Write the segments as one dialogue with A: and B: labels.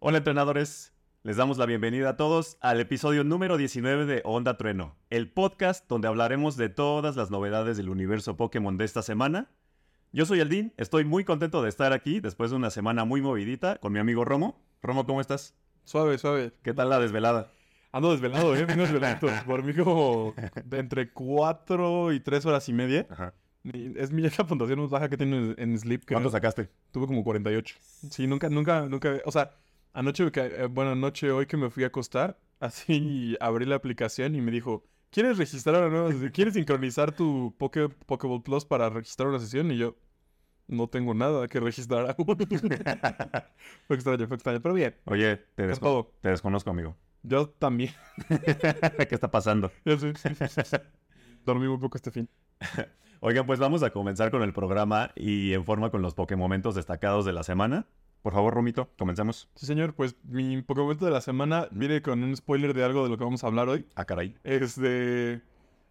A: Hola entrenadores, les damos la bienvenida a todos al episodio número 19 de Onda Trueno, el podcast donde hablaremos de todas las novedades del universo Pokémon de esta semana. Yo soy Aldin, estoy muy contento de estar aquí después de una semana muy movidita con mi amigo Romo. Romo, ¿cómo estás?
B: Suave, suave.
A: ¿Qué tal la desvelada?
B: Ando desvelado, ¿eh? Vengo desvelado. Dormí como de entre 4 y 3 horas y media.
A: Ajá.
B: Y es mi es la puntuación más baja que tengo en, en Sleep. que
A: ¿Cuánto sacaste?
B: Tuve como 48. Sí, nunca, nunca, nunca. O sea, anoche, que- eh, bueno, anoche, hoy que me fui a acostar, así abrí la aplicación y me dijo, ¿quieres registrar una nueva sesión? ¿Quieres sincronizar tu Poké, Pokéball Plus para registrar una sesión? Y yo, no tengo nada que registrar aún". fue extraño, fue extraño, pero bien.
A: Oye, te,
B: Es
A: desco-
B: todo.
A: te desconozco, amigo.
B: Yo también.
A: ¿Qué está pasando?
B: Ya sé. Dormí muy poco este fin.
A: Oigan, pues vamos a comenzar con el programa y en forma con los Pokémomentos destacados de la semana. Por favor, Romito, comencemos.
B: Sí, señor, pues mi Pokémon de la semana viene con un spoiler de algo de lo que vamos a hablar hoy.
A: Ah, caray.
B: Este.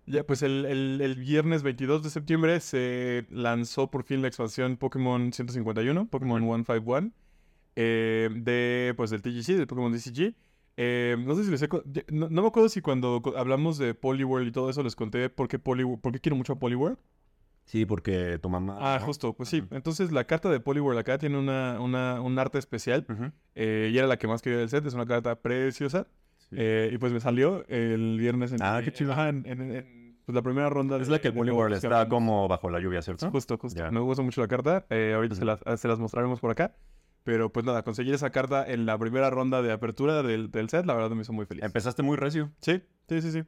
B: Ya, pues el, el- el viernes 22 de septiembre se lanzó por fin la expansión Pokémon 151, Pokémon 151, eh, de, pues, del TGC, del Pokémon DCG. Eh, no sé si les he... co- ya- No, no me acuerdo si cuando co- hablamos de Poliwhirl y todo eso les conté por qué, Poliwhirl, por qué quiero mucho a Poliwhirl.
A: Sí, porque tu mamá.
B: Ah,
A: ¿no?
B: justo, pues sí.
A: Ujú.
B: Entonces la carta de Poliwhirl acá tiene una, una, un arte especial
A: Ujú.
B: eh, y era la que más quería del set, es una carta preciosa.
A: Sí.
B: Eh, y pues me salió el viernes en,
A: Ah, qué
B: eh,
A: chido.
B: ajá, en, en- en, pues, la primera ronda.
A: Es
B: de-
A: la que
B: de
A: Wally World
B: juegos que
A: está
B: hablamos.
A: como bajo la lluvia, ¿cierto?
B: Justo, justo.
A: Ya.
B: Me gusta mucho la carta. eh, ahorita se,
A: Ujú.
B: las, se las mostraremos por acá. Pero pues nada, conseguir esa carta en la primera ronda de apertura del, del set, la verdad me hizo muy feliz.
A: Empezaste muy recio.
B: Sí, sí, sí, sí.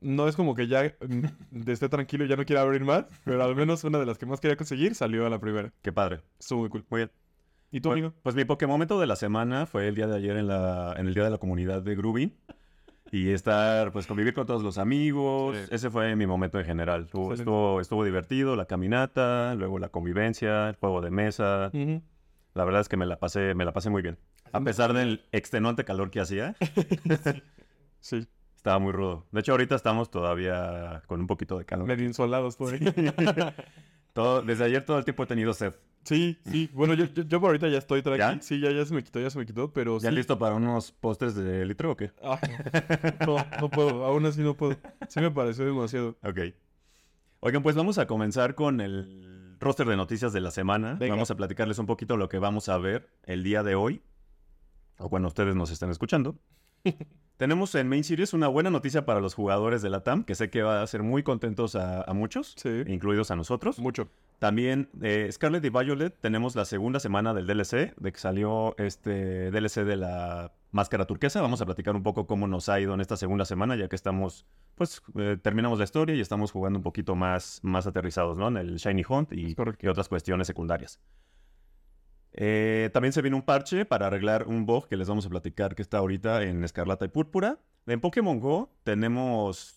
B: No es como que ya mm, esté tranquilo y ya no quiera abrir más, pero al menos una de las que más quería conseguir salió a la primera.
A: Qué padre.
B: Estuvo muy cool.
A: Muy bien.
B: ¿Y tú,
A: Pues,
B: amigo?
A: pues mi Pokémomento de la semana fue el día de ayer en, la, en el Día de la Comunidad de Groovy. Y estar, pues convivir con todos los amigos.
B: Sí.
A: Ese fue mi momento en general. Estuvo,
B: Excelente.
A: estuvo, estuvo divertido, la caminata, luego la convivencia, el juego de mesa.
B: Ujú.
A: La verdad es que me la pasé, me la pasé muy bien. A pesar del extenuante calor que hacía,
B: Sí,
A: estaba muy rudo. De hecho, ahorita estamos todavía con un poquito de calor.
B: medio insolados todavía.
A: Todo, desde ayer todo el tiempo he tenido sed.
B: Sí, sí. Bueno, yo, yo, yo por ahorita ya estoy tranqui.
A: ¿Ya?
B: Sí, ya, ya se me quitó, ya se me quitó, pero
A: ¿Ya
B: sí.
A: listo para unos postres de litro o qué?
B: Ah, no, no puedo, aún así no puedo. Sí me pareció demasiado.
A: Ok. Oigan, pues vamos a comenzar con el roster de noticias de la semana.
B: Venga.
A: Vamos a platicarles un poquito lo que vamos a ver el día de hoy, o cuando ustedes nos estén escuchando. Tenemos en Main Series una buena noticia para los jugadores de la TAM, que sé que va a ser muy contentos a, a muchos,
B: Sí.
A: incluidos a nosotros.
B: Mucho.
A: También eh, Scarlet y Violet tenemos la segunda semana del DLC, de que salió este DLC de la máscara turquesa. Vamos a platicar un poco cómo nos ha ido en esta segunda semana, ya que estamos, pues eh, terminamos la historia y estamos jugando un poquito más, más aterrizados, ¿no? En el Shiny Hunt y,
B: Es correcto.
A: y otras cuestiones secundarias. Eh, también se vino un parche para arreglar un bug que les vamos a platicar que está ahorita en Escarlata y Púrpura. En Pokémon Go tenemos...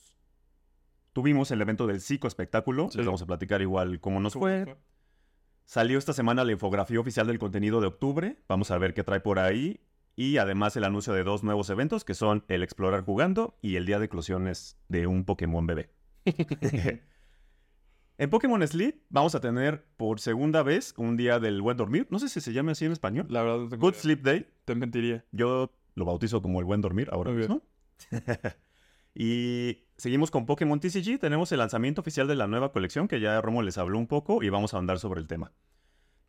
A: Tuvimos el evento del psico espectáculo.
B: Sí.
A: Les vamos a platicar igual cómo nos Pues fue, Salió esta semana la infografía oficial del contenido de octubre. Vamos a ver qué trae por ahí. Y además el anuncio de dos nuevos eventos que son el Explorar Jugando y el Día de Eclosiones de un Pokémon bebé. en Pokémon Sleep vamos a tener por segunda vez un día del buen dormir. No sé si se llama así en español.
B: La verdad no tengo
A: Good
B: idea.
A: Sleep Day.
B: Te mentiría.
A: Yo lo bautizo como el buen dormir ahora
B: Muy bien.
A: mismo. y seguimos con Pokémon TCG. Tenemos el lanzamiento oficial de la nueva colección, que ya Romo les habló un poco y vamos a andar sobre el tema.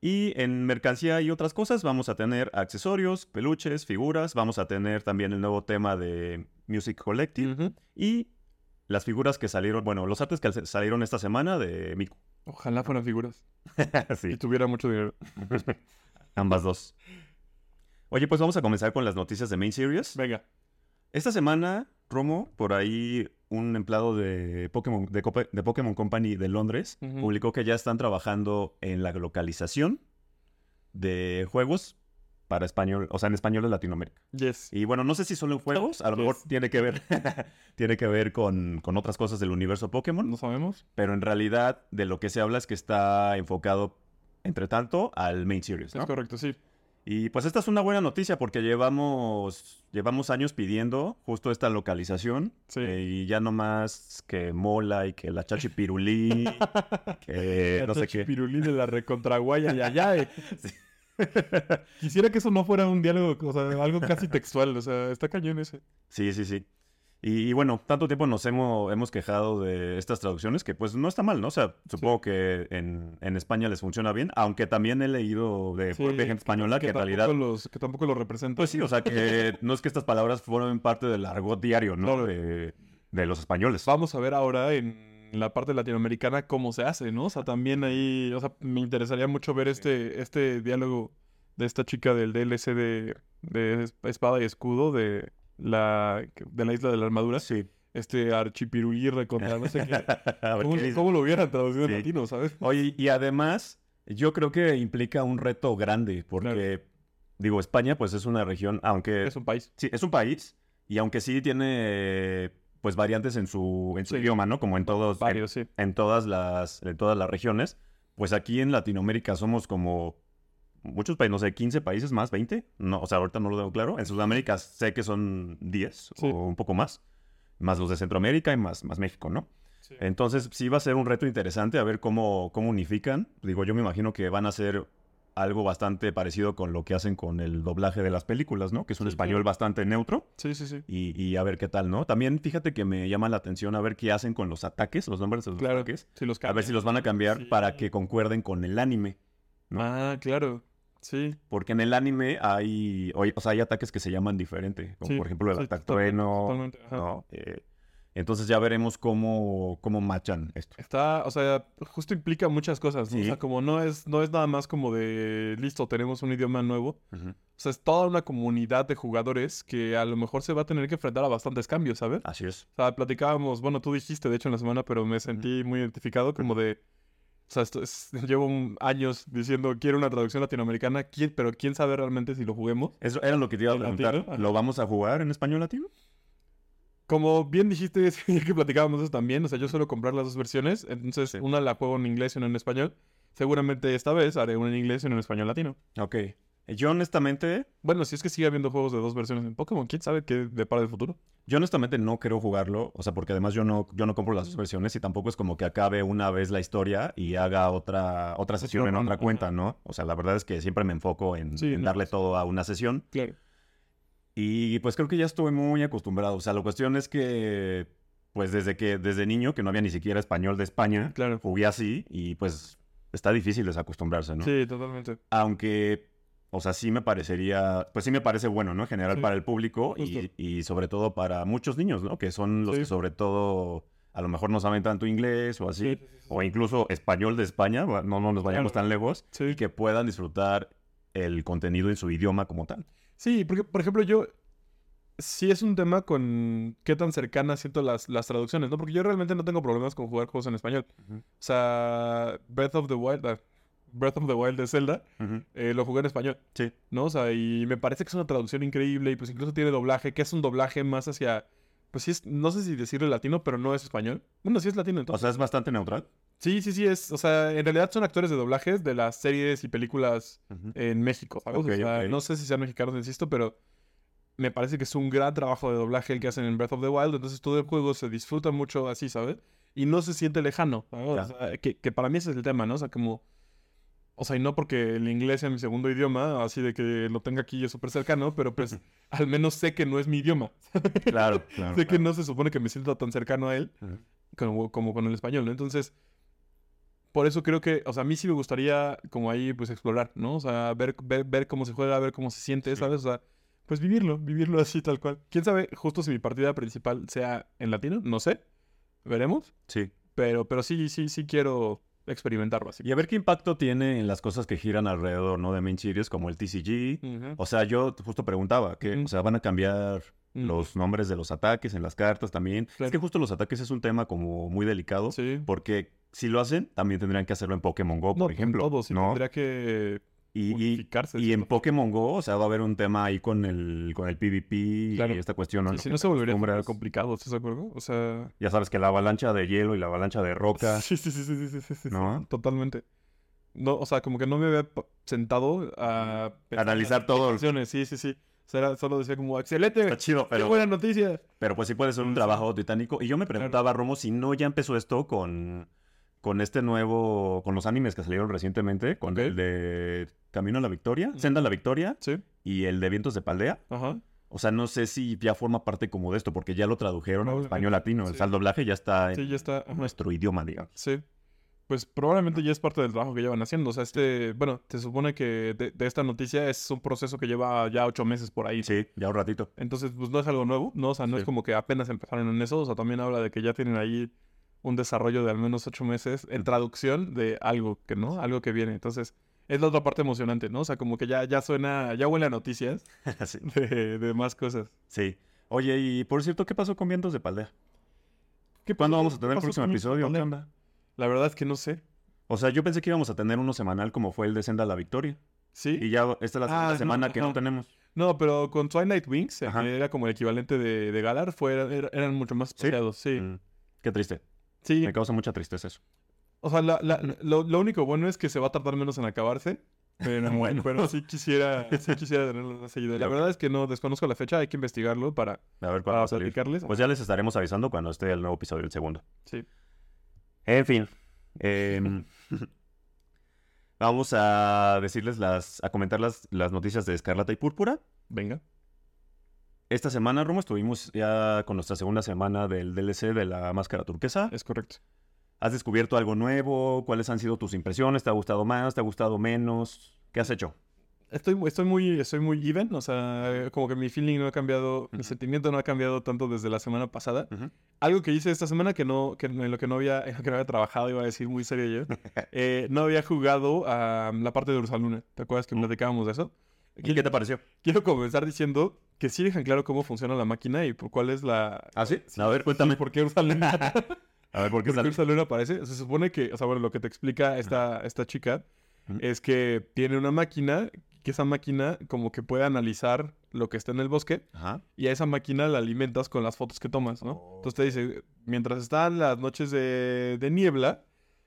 A: Y en mercancía y otras cosas vamos a tener accesorios, peluches, figuras. Vamos a tener también el nuevo tema de Music Collective
B: Ujú.
A: y las figuras que salieron, bueno, los artes que al- salieron esta semana de Miku.
B: Ojalá fueran figuras. Y
A: Sí,
B: tuviera mucho dinero.
A: ambas dos. Oye, pues vamos a comenzar con las noticias de Main Series.
B: Venga.
A: Esta semana, Romo, por ahí un empleado de Pokémon, de, Cope- de Pokémon Company de Londres
B: Ujú.
A: publicó que ya están trabajando en la localización de juegos para español, o sea, en español de Latinoamérica.
B: Yes.
A: Y bueno, no sé si solo en juegos, a lo
B: Yes.
A: mejor tiene que ver, tiene que ver con, con otras cosas del universo Pokémon,
B: No sabemos.
A: pero en realidad de lo que se habla es que está enfocado, entre tanto, al main series, ¿no?
B: Es correcto, sí.
A: Y pues esta es una buena noticia porque llevamos, llevamos años pidiendo justo esta localización.
B: Sí.
A: eh, y ya nomás que Mola y que la Chachipirulí, que no sé qué.
B: Pirulín de la recontraguaya y allá. eh. Quisiera que eso no fuera un diálogo, o sea, algo casi textual, o sea, está cañón ese.
A: Sí, sí, sí. Y, y bueno, tanto tiempo nos hemos, hemos quejado de estas traducciones que pues no está mal, ¿no? O sea, supongo que en, en España les funciona bien, aunque también he leído de
B: Sí,
A: propia gente española que, en
B: tampoco
A: realidad...
B: Los, que tampoco lo representa.
A: Pues sí, o sea, que no es que estas palabras formen parte del argot diario, ¿no?
B: No,
A: de, de los españoles.
B: Vamos a ver ahora en la parte latinoamericana cómo se hace, ¿no? O sea, también ahí, o sea, me interesaría mucho ver este, este diálogo de esta chica del DLC de, de Espada y Escudo de la, de la Isla de la Armadura.
A: Sí.
B: Este archipirulirre contra no sé qué.
A: A ver,
B: ¿Cómo,
A: ¿qué dice?
B: cómo lo hubieran traducido
A: Sí.
B: en latino, sabes?
A: Oye, y además, yo creo que implica un reto grande, porque, digo, España, pues es una región, aunque
B: Es un país.
A: sí, es un país, y aunque sí tiene, pues, variantes en su, en su
B: Sí.
A: idioma, ¿no? Como en todos, en,
B: Varios, sí.
A: en todas las, en todas las regiones, pues aquí en Latinoamérica somos como muchos países, no sé, 15 países más, 20, no, o sea, ahorita no lo tengo claro, en Sudamérica sé que son 10
B: Sí.
A: o un poco más, más los de Centroamérica y más, más México, ¿no? Entonces, sí va a ser un reto interesante a ver cómo, cómo unifican. Digo, yo me imagino que van a hacer algo bastante parecido con lo que hacen con el doblaje de las películas, ¿no? Que es un
B: Sí,
A: español
B: claro.
A: bastante neutro.
B: Sí, sí, sí.
A: Y, y a ver qué tal, ¿no? También fíjate que me llama la atención a ver qué hacen con los ataques, los nombres de los
B: Claro.
A: ataques.
B: Sí, los
A: A ver si
B: cambian.
A: los van a cambiar
B: Sí.
A: para que concuerden con el anime. ¿no?
B: Ah, claro. Sí.
A: Porque en el anime hay, o o sea, hay ataques que se llaman diferente. Como
B: Sí,
A: por ejemplo el
B: sí,
A: ataque
B: totalmente,
A: trueno,
B: totalmente, ajá.
A: ¿no? Eh, entonces ya veremos cómo, cómo machan esto.
B: Está, o sea, justo implica muchas cosas. ¿no?
A: Sí.
B: O sea, como no es, no es nada más como de listo, tenemos un idioma nuevo.
A: Ujú.
B: O sea, es toda una comunidad de jugadores que a lo mejor se va a tener que enfrentar a bastantes cambios, ¿sabes?
A: Así es.
B: O sea, platicábamos, bueno, tú dijiste, de hecho, en la semana, pero me sentí muy identificado como de... O sea, esto es- llevo un- años diciendo, quiero una traducción latinoamericana, ¿quién, pero ¿quién sabe realmente si lo juguemos?
A: Eso era lo que te iba a
B: ¿En
A: preguntar.
B: latino? Ajá.
A: ¿Lo vamos a jugar en español latino?
B: Como bien dijiste, es que platicábamos eso también, o sea, yo suelo comprar las dos versiones, entonces
A: Sí.
B: una la juego en inglés y una en español. Seguramente esta vez haré una en inglés y una en español latino.
A: Ok. Yo honestamente,
B: Bueno, si es que sigue habiendo juegos de dos versiones en Pokémon, ¿quién sabe qué depara el futuro?
A: yo honestamente no quiero jugarlo, o sea, porque además yo no, yo no compro las dos versiones y tampoco es como que acabe una vez la historia y haga otra, otra sesión en
B: ronda,
A: otra
B: ajá.
A: cuenta, ¿no? O sea, la verdad es que siempre me enfoco en,
B: Sí,
A: en
B: no, pues.
A: darle todo a una sesión.
B: Claro.
A: Y pues creo que ya estuve muy acostumbrado. O sea, la cuestión es que, pues desde que, desde niño, que no había ni siquiera español de España,
B: Claro.
A: jugué así y pues está difícil desacostumbrarse, ¿no?
B: Sí, totalmente.
A: Aunque, o sea, sí me parecería, pues sí me parece bueno, ¿no? En general
B: Sí,
A: para el público y,
B: justo.
A: y sobre todo para muchos niños, ¿no? Que son los
B: Sí.
A: que sobre todo a lo mejor no saben tanto inglés o así, o incluso español de España, va- no, no nos vayamos
B: Claro.
A: tan lejos,
B: Sí.
A: y que puedan disfrutar el contenido en su idioma como tal.
B: Sí, porque, por ejemplo, yo sí es un tema con qué tan cercanas siento las, las traducciones, ¿no? Porque yo realmente no tengo problemas con jugar juegos en español.
A: Ujú.
B: O sea, Breath of the Wild, ah, Breath of the Wild de Zelda, eh, lo jugué en español,
A: Sí,
B: ¿no? O sea, y me parece que es una traducción increíble y pues incluso tiene doblaje, que es un doblaje más hacia, pues sí es, no sé si decirlo latino, pero no es español. Bueno, sí es latino
A: o
B: entonces.
A: sea, es bastante neutral.
B: Sí, sí, sí es, o sea, en realidad son actores de doblajes de las series y películas en México, ¿sabes? O
A: Ok,
B: sea,
A: ok.
B: No sé si sean mexicanos, insisto, pero me parece que es un gran trabajo de doblaje el que hacen en Breath of the Wild. Entonces todo el juego se disfruta mucho así, ¿sabes? Y no se siente lejano, ¿sabes? O
A: Ya.
B: sea, que, que para mí ese es el tema, ¿no? O sea, como... O sea, y no porque el inglés sea mi segundo idioma, así de que lo tenga aquí yo súper cercano, pero pues al menos sé que no es mi idioma.
A: Claro, claro.
B: sé que
A: claro.
B: no se supone que me sienta tan cercano a él
A: Ujú.
B: como, como con el español, ¿no? Entonces, por eso creo que, o sea, a mí sí me gustaría como ahí, pues, explorar, ¿no? O sea, ver, ver, ver cómo se juega, ver cómo se siente,
A: Sí.
B: ¿sabes? O sea, pues vivirlo, vivirlo así tal cual. ¿Quién sabe justo si mi partida principal sea en latino? No sé, veremos,
A: Sí.
B: pero, pero sí, sí, sí quiero experimentarlo así.
A: Y a ver qué impacto tiene en las cosas que giran alrededor, ¿no? De main series, como el TCG.
B: Ujú.
A: O sea, yo justo preguntaba que,
B: Ujú.
A: o sea, van a cambiar
B: Ujú.
A: los nombres de los ataques en las cartas también. Es
B: Claro.
A: que justo los ataques es un tema como muy delicado,
B: Sí.
A: porque si lo hacen, también tendrían que hacerlo en Pokémon Go,
B: No,
A: por
B: pues,
A: ejemplo.
B: todo, sí
A: ¿no?
B: tendría que
A: Y- y,
B: unificarse.
A: y en
B: siento.
A: Pokémon Go, o sea, va a haber un tema ahí con el, con el PvP
B: Claro.
A: y esta cuestión. ¿no?
B: Sí,
A: Lo
B: si
A: que
B: no
A: te
B: se volvería súper
A: acostumbras.
B: complicado, ¿estás de acuerdo? O sea...
A: Ya sabes que la avalancha de hielo y la avalancha de roca,
B: Sí, sí, sí, sí, sí, sí, sí, sí,
A: ¿no?
B: Totalmente. No, o sea, como que no me había pa- sentado a pensar en
A: Analizar
B: las
A: todo.
B: implicaciones. Sí, sí, sí. O sea, era- solo decía como, excelente,
A: Está chido,
B: qué
A: pero...
B: buena noticia.
A: Pero pues sí puede ser un
B: Sí.
A: trabajo titánico. Y yo me preguntaba, Romo, si no ya empezó esto con, con este nuevo, con los animes que salieron recientemente, con
B: Ok.
A: el de Camino a la Victoria, Senda a la Victoria
B: Sí.
A: y el de Vientos de Paldea.
B: Ajá.
A: O sea, no sé si ya forma parte como de esto, porque ya lo tradujeron al
B: Probablemente,
A: español latino.
B: sí.
A: El sal doblaje ya está en
B: Sí, ya está. ajá.
A: nuestro idioma, digamos.
B: Sí. Pues probablemente ya es parte del trabajo que llevan haciendo. O sea, este, bueno, se supone que de, de esta noticia es un proceso que lleva ya ocho meses por ahí.
A: Sí, ya un ratito.
B: Entonces, pues no es algo nuevo, ¿no? O sea, no es
A: Sí.
B: como que apenas empezaron en eso. O sea, también habla de que ya tienen ahí un desarrollo de al menos ocho meses en
A: Ujú.
B: traducción de algo que no, algo que viene. Entonces, es la otra parte emocionante, ¿no? O sea, como que ya, ya suena, ya huele a noticias
A: sí.
B: de, de más cosas.
A: sí. Oye, y por cierto, ¿qué pasó con Vientos de Paldea?
B: ¿Qué
A: ¿Cuándo
B: pasó-
A: vamos a
B: qué
A: tener el
B: pasó
A: próximo
B: con
A: episodio?
B: Pandem?
A: ¿Qué onda?
B: La verdad es que no sé.
A: O sea, yo pensé que íbamos a tener uno semanal como fue el de Senda a la Victoria.
B: ¿Sí?
A: Y ya esta es la
B: Ah,
A: segunda
B: no,
A: semana que no
B: ajá.
A: tenemos.
B: No, pero con Twilight Wings, el
A: Ajá.
B: que era como el equivalente de, de Galar, fue, era- era- eran mucho más espaciados, sí.
A: Mm, Qué triste.
B: Sí,
A: Me causa mucha tristeza eso.
B: o sea, la- la- lo, lo único bueno es que se va a tardar menos en acabarse. Pero bueno, pero sí quisiera, sí quisiera tenerlo más seguido. La
A: Ok.
B: verdad es que no desconozco la fecha, hay que investigarlo para,
A: A ver cuándo va
B: para
A: a salir.
B: platicarles.
A: Pues ya les estaremos avisando cuando esté el nuevo episodio, el segundo.
B: Sí.
A: En fin. em, vamos a decirles las. a comentar las, las noticias de Escarlata y Púrpura.
B: Venga.
A: Esta semana, Romo, estuvimos ya con nuestra segunda semana del DLC de la máscara turquesa.
B: Es correcto.
A: ¿Has descubierto algo nuevo? ¿Cuáles han sido tus impresiones? ¿Te ha gustado más? ¿Te ha gustado menos? ¿Qué has hecho?
B: Estoy, mu- estoy muy, estoy muy even, o sea, como que mi feeling no ha cambiado, mi
A: Ujú.
B: sentimiento no ha cambiado tanto desde la semana pasada.
A: Ujú.
B: Algo que hice esta semana que no, que en lo que no había, en lo que no había trabajado, iba a decir muy serio yo, eh, no había jugado a la parte de Ursaluna. ¿Te acuerdas que
A: Mm.
B: platicábamos de eso?
A: ¿Y qué te pareció?
B: Quiero comenzar diciendo que sí dejan claro cómo funciona la máquina y por cuál es la...
A: ¿Ah, sí? A ver, cuéntame.
B: ¿Por qué Ursaluna?
A: A ver, ¿por qué
B: ¿Por qué
A: sale?
B: Ursaluna aparece? Se supone que, o sea, bueno, lo que te explica esta, esta chica
A: Ujú.
B: es que tiene una máquina, que esa máquina como que puede analizar lo que está en el bosque
A: Ajá.
B: y a esa máquina la alimentas con las fotos que tomas, ¿no?
A: Oh.
B: Entonces te dice, mientras están las noches de, de niebla,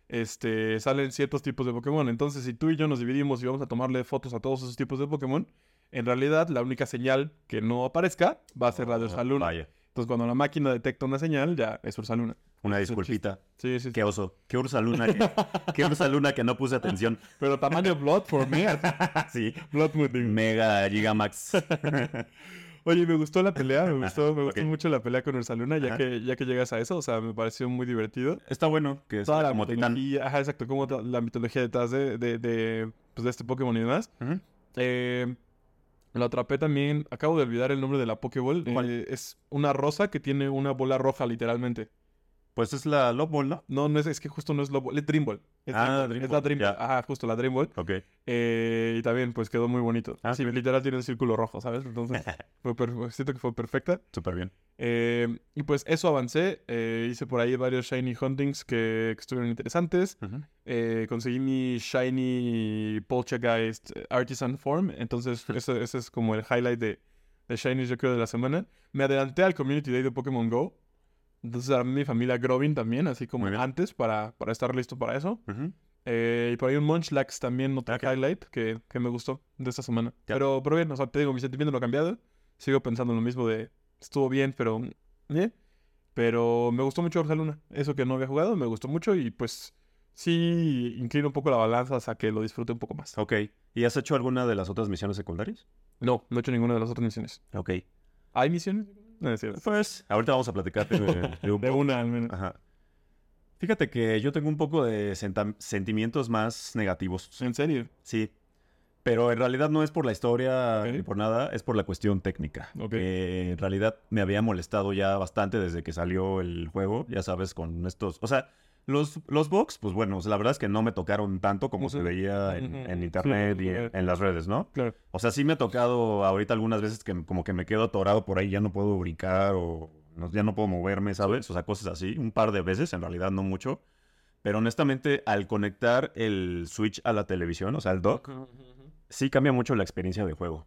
B: este, salen ciertos tipos de Pokémon. Entonces, si tú y yo nos dividimos y vamos a tomarle fotos a todos esos tipos de Pokémon, en realidad la única señal que no aparezca va a ser la de Ursaluna.
A: Ah, Vaya.
B: Entonces, cuando la máquina detecta una señal, ya es Ursaluna.
A: Una
B: Es un
A: disculpita.
B: Sí, sí, sí.
A: Qué oso. Qué Ursaluna que, qué Ursaluna que no puse atención.
B: Pero tamaño Blood for me. así,
A: sí.
B: Blood with you.
A: Mega Gigamax.
B: Oye, me gustó la pelea, me gustó, me gustó
A: Ok.
B: mucho la pelea con Ursaluna, ya
A: Ajá.
B: que, ya que llegas a eso, o sea, me pareció muy divertido.
A: Está bueno que es
B: toda la
A: como titán.
B: mitología, ajá, exacto, como ta- la mitología detrás de, de, de, pues, de este Pokémon y demás.
A: Ujú.
B: Eh, lo atrapé también, acabo de olvidar el nombre de la Pokéball. eh,
A: ¿Cuál?
B: es una rosa que tiene una bola roja, literalmente.
A: Pues es la Love Ball, ¿no?
B: No, no es, es que justo no es Lobo, es Dreamball. Es
A: Ah,
B: Dreamball, Es
A: Dreamball,
B: la Dreamball,
A: ya.
B: ajá, justo la Dreamball.
A: Ok.
B: eh, y también, pues quedó muy bonito.
A: Ah,
B: sí, literal tiene un círculo rojo, ¿sabes? Entonces, fue per- siento que fue perfecta.
A: Súper bien.
B: Eh, y pues eso avancé. eh, hice por ahí varios Shiny Huntings que- que estuvieron interesantes.
A: Ujú.
B: eh, conseguí mi Shiny Poltergeist eh, Artisan Form. Entonces, ese, ese es como el highlight de, de Shinies, yo creo, de la semana. Me adelanté al Community Day de Pokémon Go. Entonces, armé mi familia Grovin también, así como
A: Muy bien.
B: antes, para, para estar listo para eso.
A: Ujú.
B: Eh, y por ahí un Munchlax también, otro
A: Ok.
B: highlight que, que me gustó de esta semana.
A: Ya.
B: Pero, pero bien, o sea, te digo, mi sentimiento no ha cambiado. Sigo pensando en lo mismo de estuvo bien, pero. ¿eh? Pero me gustó mucho Luna Eso que no había jugado, me gustó mucho y pues sí inclino un poco la balanza hasta que lo disfrute un poco más.
A: Ok. ¿Y has hecho alguna de las otras misiones secundarias?
B: No, no he hecho ninguna de las otras misiones.
A: Ok.
B: ¿Hay misiones? No es cierto. Ah,
A: Pues ahorita vamos a platicar de, de un
B: De una al menos.
A: Ajá. Fíjate que yo tengo un poco de senta- sentimientos más negativos.
B: ¿En serio?
A: Sí. Pero en realidad no es por la historia
B: Ok.
A: ni por nada, es por la cuestión técnica.
B: Ok.
A: Que en realidad me había molestado ya bastante desde que salió el juego, ya sabes, con estos. O sea, los, los bugs, pues bueno, o sea, la verdad es que no me tocaron tanto como se
B: Ujú.
A: veía en,
B: Ujú.
A: en
B: Sí,
A: internet y
B: claro.
A: en, en las redes, ¿no?
B: Claro.
A: O sea, sí me ha tocado ahorita algunas veces que como que me quedo atorado por ahí, ya no puedo brincar o no- ya no puedo moverme, ¿sabes? O sea, cosas así, un par de veces, en realidad no mucho. Pero honestamente, al conectar el Switch a la televisión, o sea, el dock, sí cambia mucho la experiencia de juego.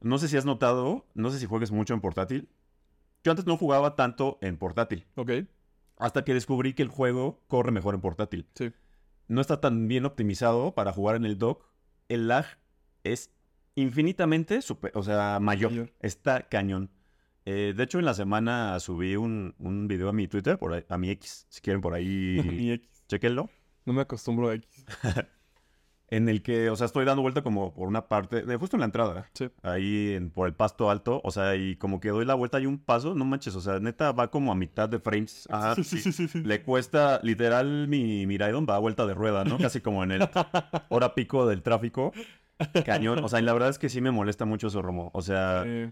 A: No sé si has notado, no sé si juegues mucho en portátil. Yo antes no jugaba tanto en portátil,
B: Ok,
A: hasta que descubrí que el juego corre mejor en portátil.
B: sí.
A: No está tan bien optimizado para jugar en el dock. El lag es infinitamente, super- o sea, mayor.
B: Mayor.
A: Está cañón. Eh, de hecho, en la semana subí un, un video a mi Twitter, por ahí- a mi X, si quieren por ahí,
B: Ni X.
A: chequenlo.
B: No me acostumbro a X.
A: en el que, o sea, estoy dando vuelta como por una parte, de, justo en la entrada,
B: Sí.
A: ahí en- por el pasto alto, o sea, y como que doy la vuelta y un paso, no manches, o sea, neta va como a mitad de frames. Ajá, Ah, sí.
B: sí, sí.
A: Le cuesta, literal, mi Miraidon va a vuelta de rueda, ¿no? Casi como en el hora pico del tráfico. Cañón. O sea, y la verdad es que sí me molesta mucho eso, Romo. O sea,
B: Eh,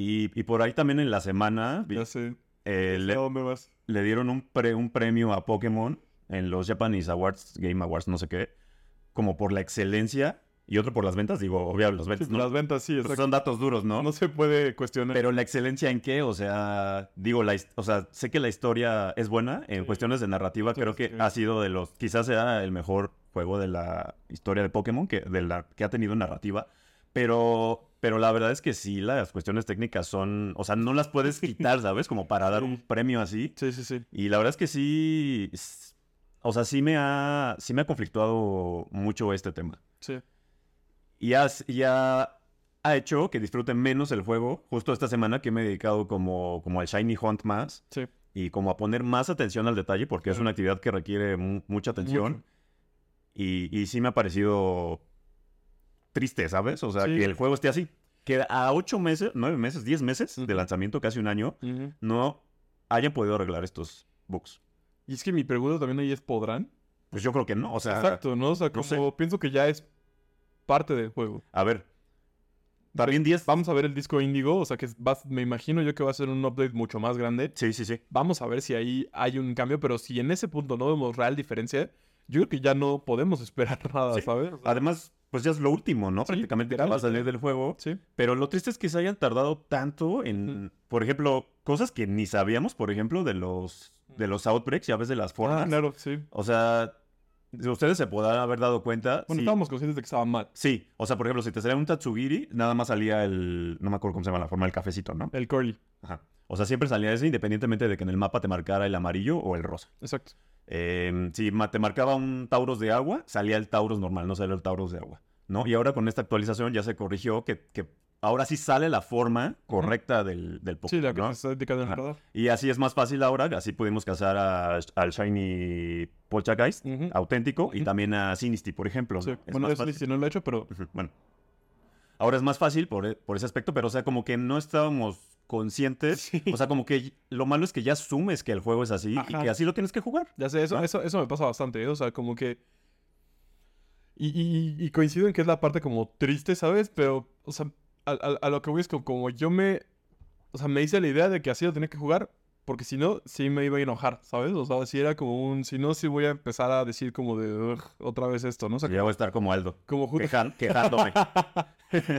A: y, y por ahí también en la semana vi-
B: ya sé.
A: eh,
B: ¿A
A: le,
B: dónde vas?
A: le dieron un, pre- un premio a Pokémon en los Japanese Awards, Game Awards, no sé qué, como por la excelencia y otro por las ventas. Digo, obviamente, las
B: Sí,
A: ventas no-
B: Las ventas, sí, exacto.
A: son datos duros, ¿no?
B: No se puede cuestionar.
A: Pero la excelencia en qué, o sea, digo, la, his- o sea, sé que la historia es buena en
B: Sí.
A: cuestiones de narrativa,
B: Sí,
A: creo
B: sí,
A: que
B: sí.
A: ha sido de los, quizás sea el mejor juego de la historia de Pokémon que, de la, que ha tenido narrativa, pero, pero la verdad es que sí, las cuestiones técnicas son, o sea, no las puedes quitar, ¿sabes? Como para dar un
B: Sí.
A: premio así.
B: Sí, sí, sí.
A: Y la verdad es que sí, s- o sea, sí me ha, sí me ha conflictuado mucho este tema
B: Sí.
A: y has- y ha, ha hecho que disfrute menos el juego. Justo esta semana que me he dedicado como, como al Shiny Hunt más
B: Sí.
A: y como a poner más atención al detalle porque es
B: Claro.
A: una actividad que requiere mu- mucha atención
B: Mucho.
A: y, y sí me ha parecido triste, ¿sabes? O sea,
B: Sí.
A: que el juego esté así. Que a ocho meses, nueve meses, diez meses de
B: Ujú.
A: lanzamiento, casi un año,
B: Ujú.
A: no hayan podido arreglar estos bugs.
B: Y es que mi pregunta también ahí es, ¿podrán?
A: Pues yo creo que no, o sea,
B: Exacto, ¿no? O sea,
A: no
B: como
A: sé.
B: pienso que ya es parte del juego.
A: a ver, también diez...
B: Vamos a ver el disco índigo, o sea, que es- va- me imagino yo que va a ser un update mucho más grande.
A: Sí, sí, sí.
B: Vamos a ver si ahí hay un cambio, pero si en ese punto no vemos real diferencia, yo creo que ya no podemos esperar nada,
A: Sí.
B: ¿sabes? O sea,
A: Además, pues ya es lo último, ¿no?
B: Sí,
A: Prácticamente
B: literal,
A: va a salir del juego.
B: sí,
A: Pero lo triste es que se hayan tardado tanto en, por ejemplo, cosas que ni sabíamos, por ejemplo, de los de los outbreaks, ya ves de las formas.
B: Ah, claro, sí.
A: O sea, si ustedes se podrán haber dado cuenta.
B: Bueno,
A: sí,
B: estábamos conscientes de que estaba mal.
A: sí, o sea, por ejemplo, si te salía un tatsugiri, nada más salía el, no me acuerdo cómo se llama la forma del cafecito, ¿no?
B: El curly,
A: Ajá. O sea, siempre salía ese independientemente de que en el mapa te marcara el amarillo o el rosa.
B: exacto.
A: Eh, si ma- te marcaba un Tauros de agua, salía el Tauros normal, no salía el Tauros de agua. ¿no? Y ahora con esta actualización ya se corrigió que, que ahora sí sale la forma correcta del, del
B: Sí, la
A: Pokémon.
B: que
A: ¿no?
B: se está indicando en el
A: Ajá.
B: radar.
A: Y así es más fácil ahora, así pudimos cazar a- al Shiny Poltergeist
B: Ujú.
A: auténtico y
B: Ujú.
A: también a Sinisty, por ejemplo.
B: Sí.
A: ¿no? Ah, Es
B: Bueno,
A: más
B: eso
A: fácil.
B: sí no lo he hecho, pero
A: Ujú, Bueno. Ahora es más fácil por, e- por ese aspecto, pero o sea, como que no estábamos conscientes.
B: Sí.
A: O sea, como que lo malo es que ya asumes que el juego es así y
B: Ajá.
A: que así lo tienes que jugar.
B: Ya sé, eso,
A: ¿No?
B: eso, eso me pasa bastante, ¿eh? o sea, como que... Y, y- y coincido en que es la parte como triste, ¿sabes? Pero, o sea, a, a- a lo que voy es que como yo me... O sea, me hice la idea de que así lo tenía que jugar, porque si no, sí me iba a enojar, ¿sabes? O sea, si era como un... Si no, sí voy a empezar a decir como de... "Ugh, otra vez esto, ¿no? O sea,
A: Ya voy a estar como Aldo.
B: como justo...
A: Quejan- quejándome.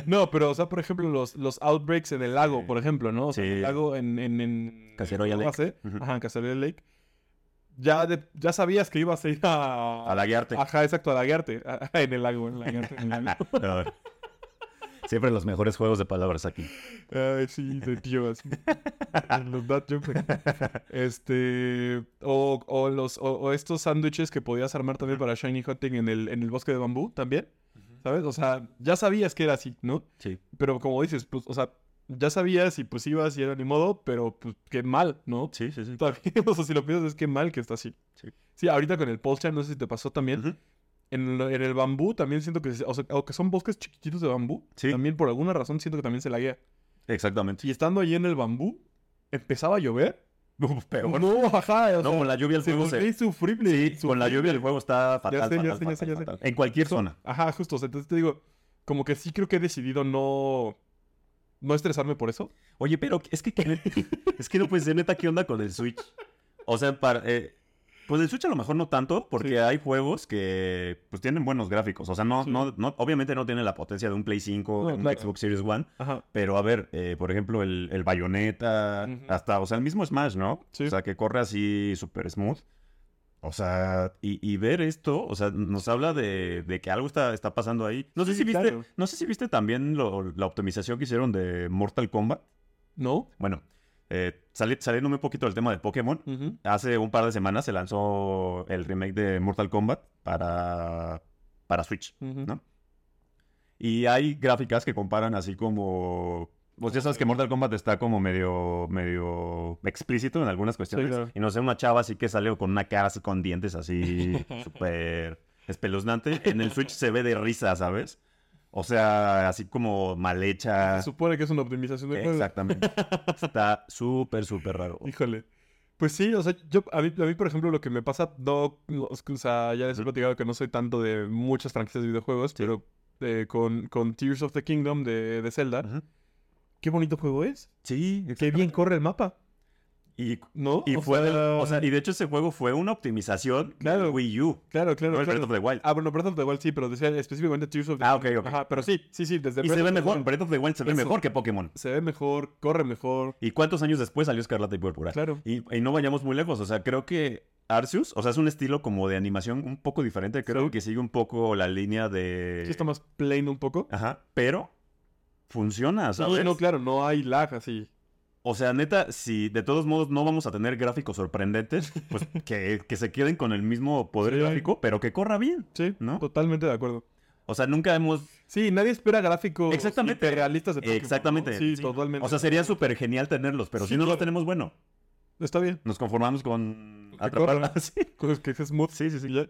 B: No, pero, o sea, por ejemplo, los, los outbreaks en el lago,
A: Sí.
B: por ejemplo, ¿no? O sea, en
A: Sí.
B: el lago en... en, en
A: Cacerolla
B: en
A: Lake.
B: Oaxaca,
A: Ujú.
B: Ajá, en Cacerolla Lake. Ya, de- ya sabías que ibas a ir a...
A: A laguearte. Ah,
B: Ajá, exacto, a laguearte. Ah, En el lago, en laguearte, en el lago.
A: A ver. Siempre los mejores juegos de palabras aquí.
B: Ay, sí, de tío, así. En Los dad jokes aquí. Este... O, o los, o, o estos sándwiches que podías armar también para Shiny Hunting en el, en el bosque de bambú también. ¿Sabes? O sea, ya sabías que era así, ¿no?
A: Sí.
B: Pero como dices, pues, o sea, ya sabías y pues ibas y era ni modo, pero pues qué mal, ¿no?
A: Sí, sí, sí.
B: También, o sea, si lo piensas, es qué mal que está así.
A: Sí.
B: Sí, ahorita con el Polchan, no sé si te pasó también.
A: Ujú.
B: En, lo- en el bambú también siento que, se- o sea, aunque son bosques chiquititos de bambú,
A: Sí.
B: también por alguna razón siento que también se laguea.
A: Exactamente.
B: Y estando ahí en el bambú, empezaba a llover.
A: Uf, peor.
B: No, ajá, o
A: No,
B: sea,
A: con la lluvia el
B: se
A: juego
B: volvía
A: se...
B: insufrible.
A: Sí, con la
B: insufrible.
A: lluvia el juego está fatal,
B: sé, ya
A: fatal,
B: sé, ya sé, ya
A: fatal,
B: sé.
A: fatal. En cualquier zona.
B: Ajá, justo, o sea, entonces te digo, como que sí creo que he decidido no, no estresarme por eso.
A: Oye, pero es que... es que no puede ser neta qué onda con el Switch. O sea, para... eh, pues el Switch a lo mejor no tanto, porque
B: Sí.
A: hay juegos que pues tienen buenos gráficos. O sea, no,
B: Sí.
A: no, no, obviamente no tiene la potencia de un Play 5,
B: No,
A: de un
B: claro.
A: Xbox Series One,
B: Ajá.
A: Pero a ver, eh, por ejemplo, el, el Bayonetta,
B: Ujú.
A: hasta, o sea, el mismo Smash, ¿no?
B: Sí.
A: O sea, que corre así súper smooth. O sea, y, y ver esto, o sea, nos habla de, de que algo está, está pasando ahí. No sé
B: Sí,
A: si viste,
B: claro.
A: no sé si viste también lo- la optimización que hicieron de Mortal Kombat.
B: ¿No?
A: Bueno, eh, sali- saliéndome un poquito del tema de Pokémon,
B: Ujú.
A: hace un par de semanas se lanzó el remake de Mortal Kombat para, para Switch.
B: Ujú.
A: ¿no? Y hay gráficas que comparan así como... Pues ya sabes que Mortal Kombat está como medio, medio explícito en algunas cuestiones.
B: claro.
A: Y no sé, una chava así que salió con una cara así con dientes así súper espeluznante, en el Switch se ve de risa, ¿sabes? O sea, así como mal hecha. Eh,
B: Se supone que es una optimización de juego.
A: Exactamente. Está súper, súper raro.
B: Híjole. Pues sí, o sea, yo, a, mí, a mí, por ejemplo, lo que me pasa, no, o sea, ya les he platicado que no soy tanto de muchas franquicias de videojuegos, pero eh, con, con Tears of the Kingdom de, de Zelda,
A: Ajá.
B: qué bonito juego es.
A: Sí,
B: Qué bien corre el mapa,
A: Y,
B: ¿no?
A: y
B: O
A: fue del-
B: sea,
A: o sea, y de hecho ese juego fue una optimización
B: Claro.
A: del Wii U.
B: claro, claro.
A: no el
B: claro.
A: Breath of the Wild.
B: Ah, bueno, Breath of the Wild sí, pero decía específicamente Tears of the
A: Ah, ok, ok.
B: Ajá, pero sí, sí, sí, desde
A: y
B: Breath
A: se ve
B: of the
A: mejor.
B: Wild.
A: Breath of the Wild se ve
B: Eso.
A: mejor que Pokémon.
B: Se ve mejor, corre mejor.
A: ¿Y cuántos años después salió Escarlata y Púrpura?
B: Claro.
A: Y, y no vayamos muy lejos. O sea, creo que Arceus, o sea, es un estilo como de animación un poco diferente. Creo
B: Sí.
A: que sigue un poco la línea de.
B: Sí está más plain un poco.
A: Ajá. Pero funciona,
B: No,
A: ¿sabes?
B: no, claro, no hay lag así.
A: O sea, neta, si de todos modos no vamos a tener gráficos sorprendentes, pues que, que se queden con el mismo poder
B: Sí.
A: gráfico, pero que corra bien.
B: Sí,
A: ¿No?
B: totalmente de acuerdo.
A: O sea, nunca hemos
B: Sí, nadie espera gráficos
A: Exactamente.
B: realistas de Pokémon, ¿no?
A: Exactamente.
B: Sí,
A: Sí.
B: totalmente.
A: O sea, sería súper genial tenerlos, pero
B: Sí,
A: si no los
B: claro.
A: tenemos, bueno,
B: está bien.
A: nos conformamos con
B: Que
A: atrapar.
B: corran.
A: Sí,
B: Cosas que es smooth.
A: sí, sí. sí.
B: Ya.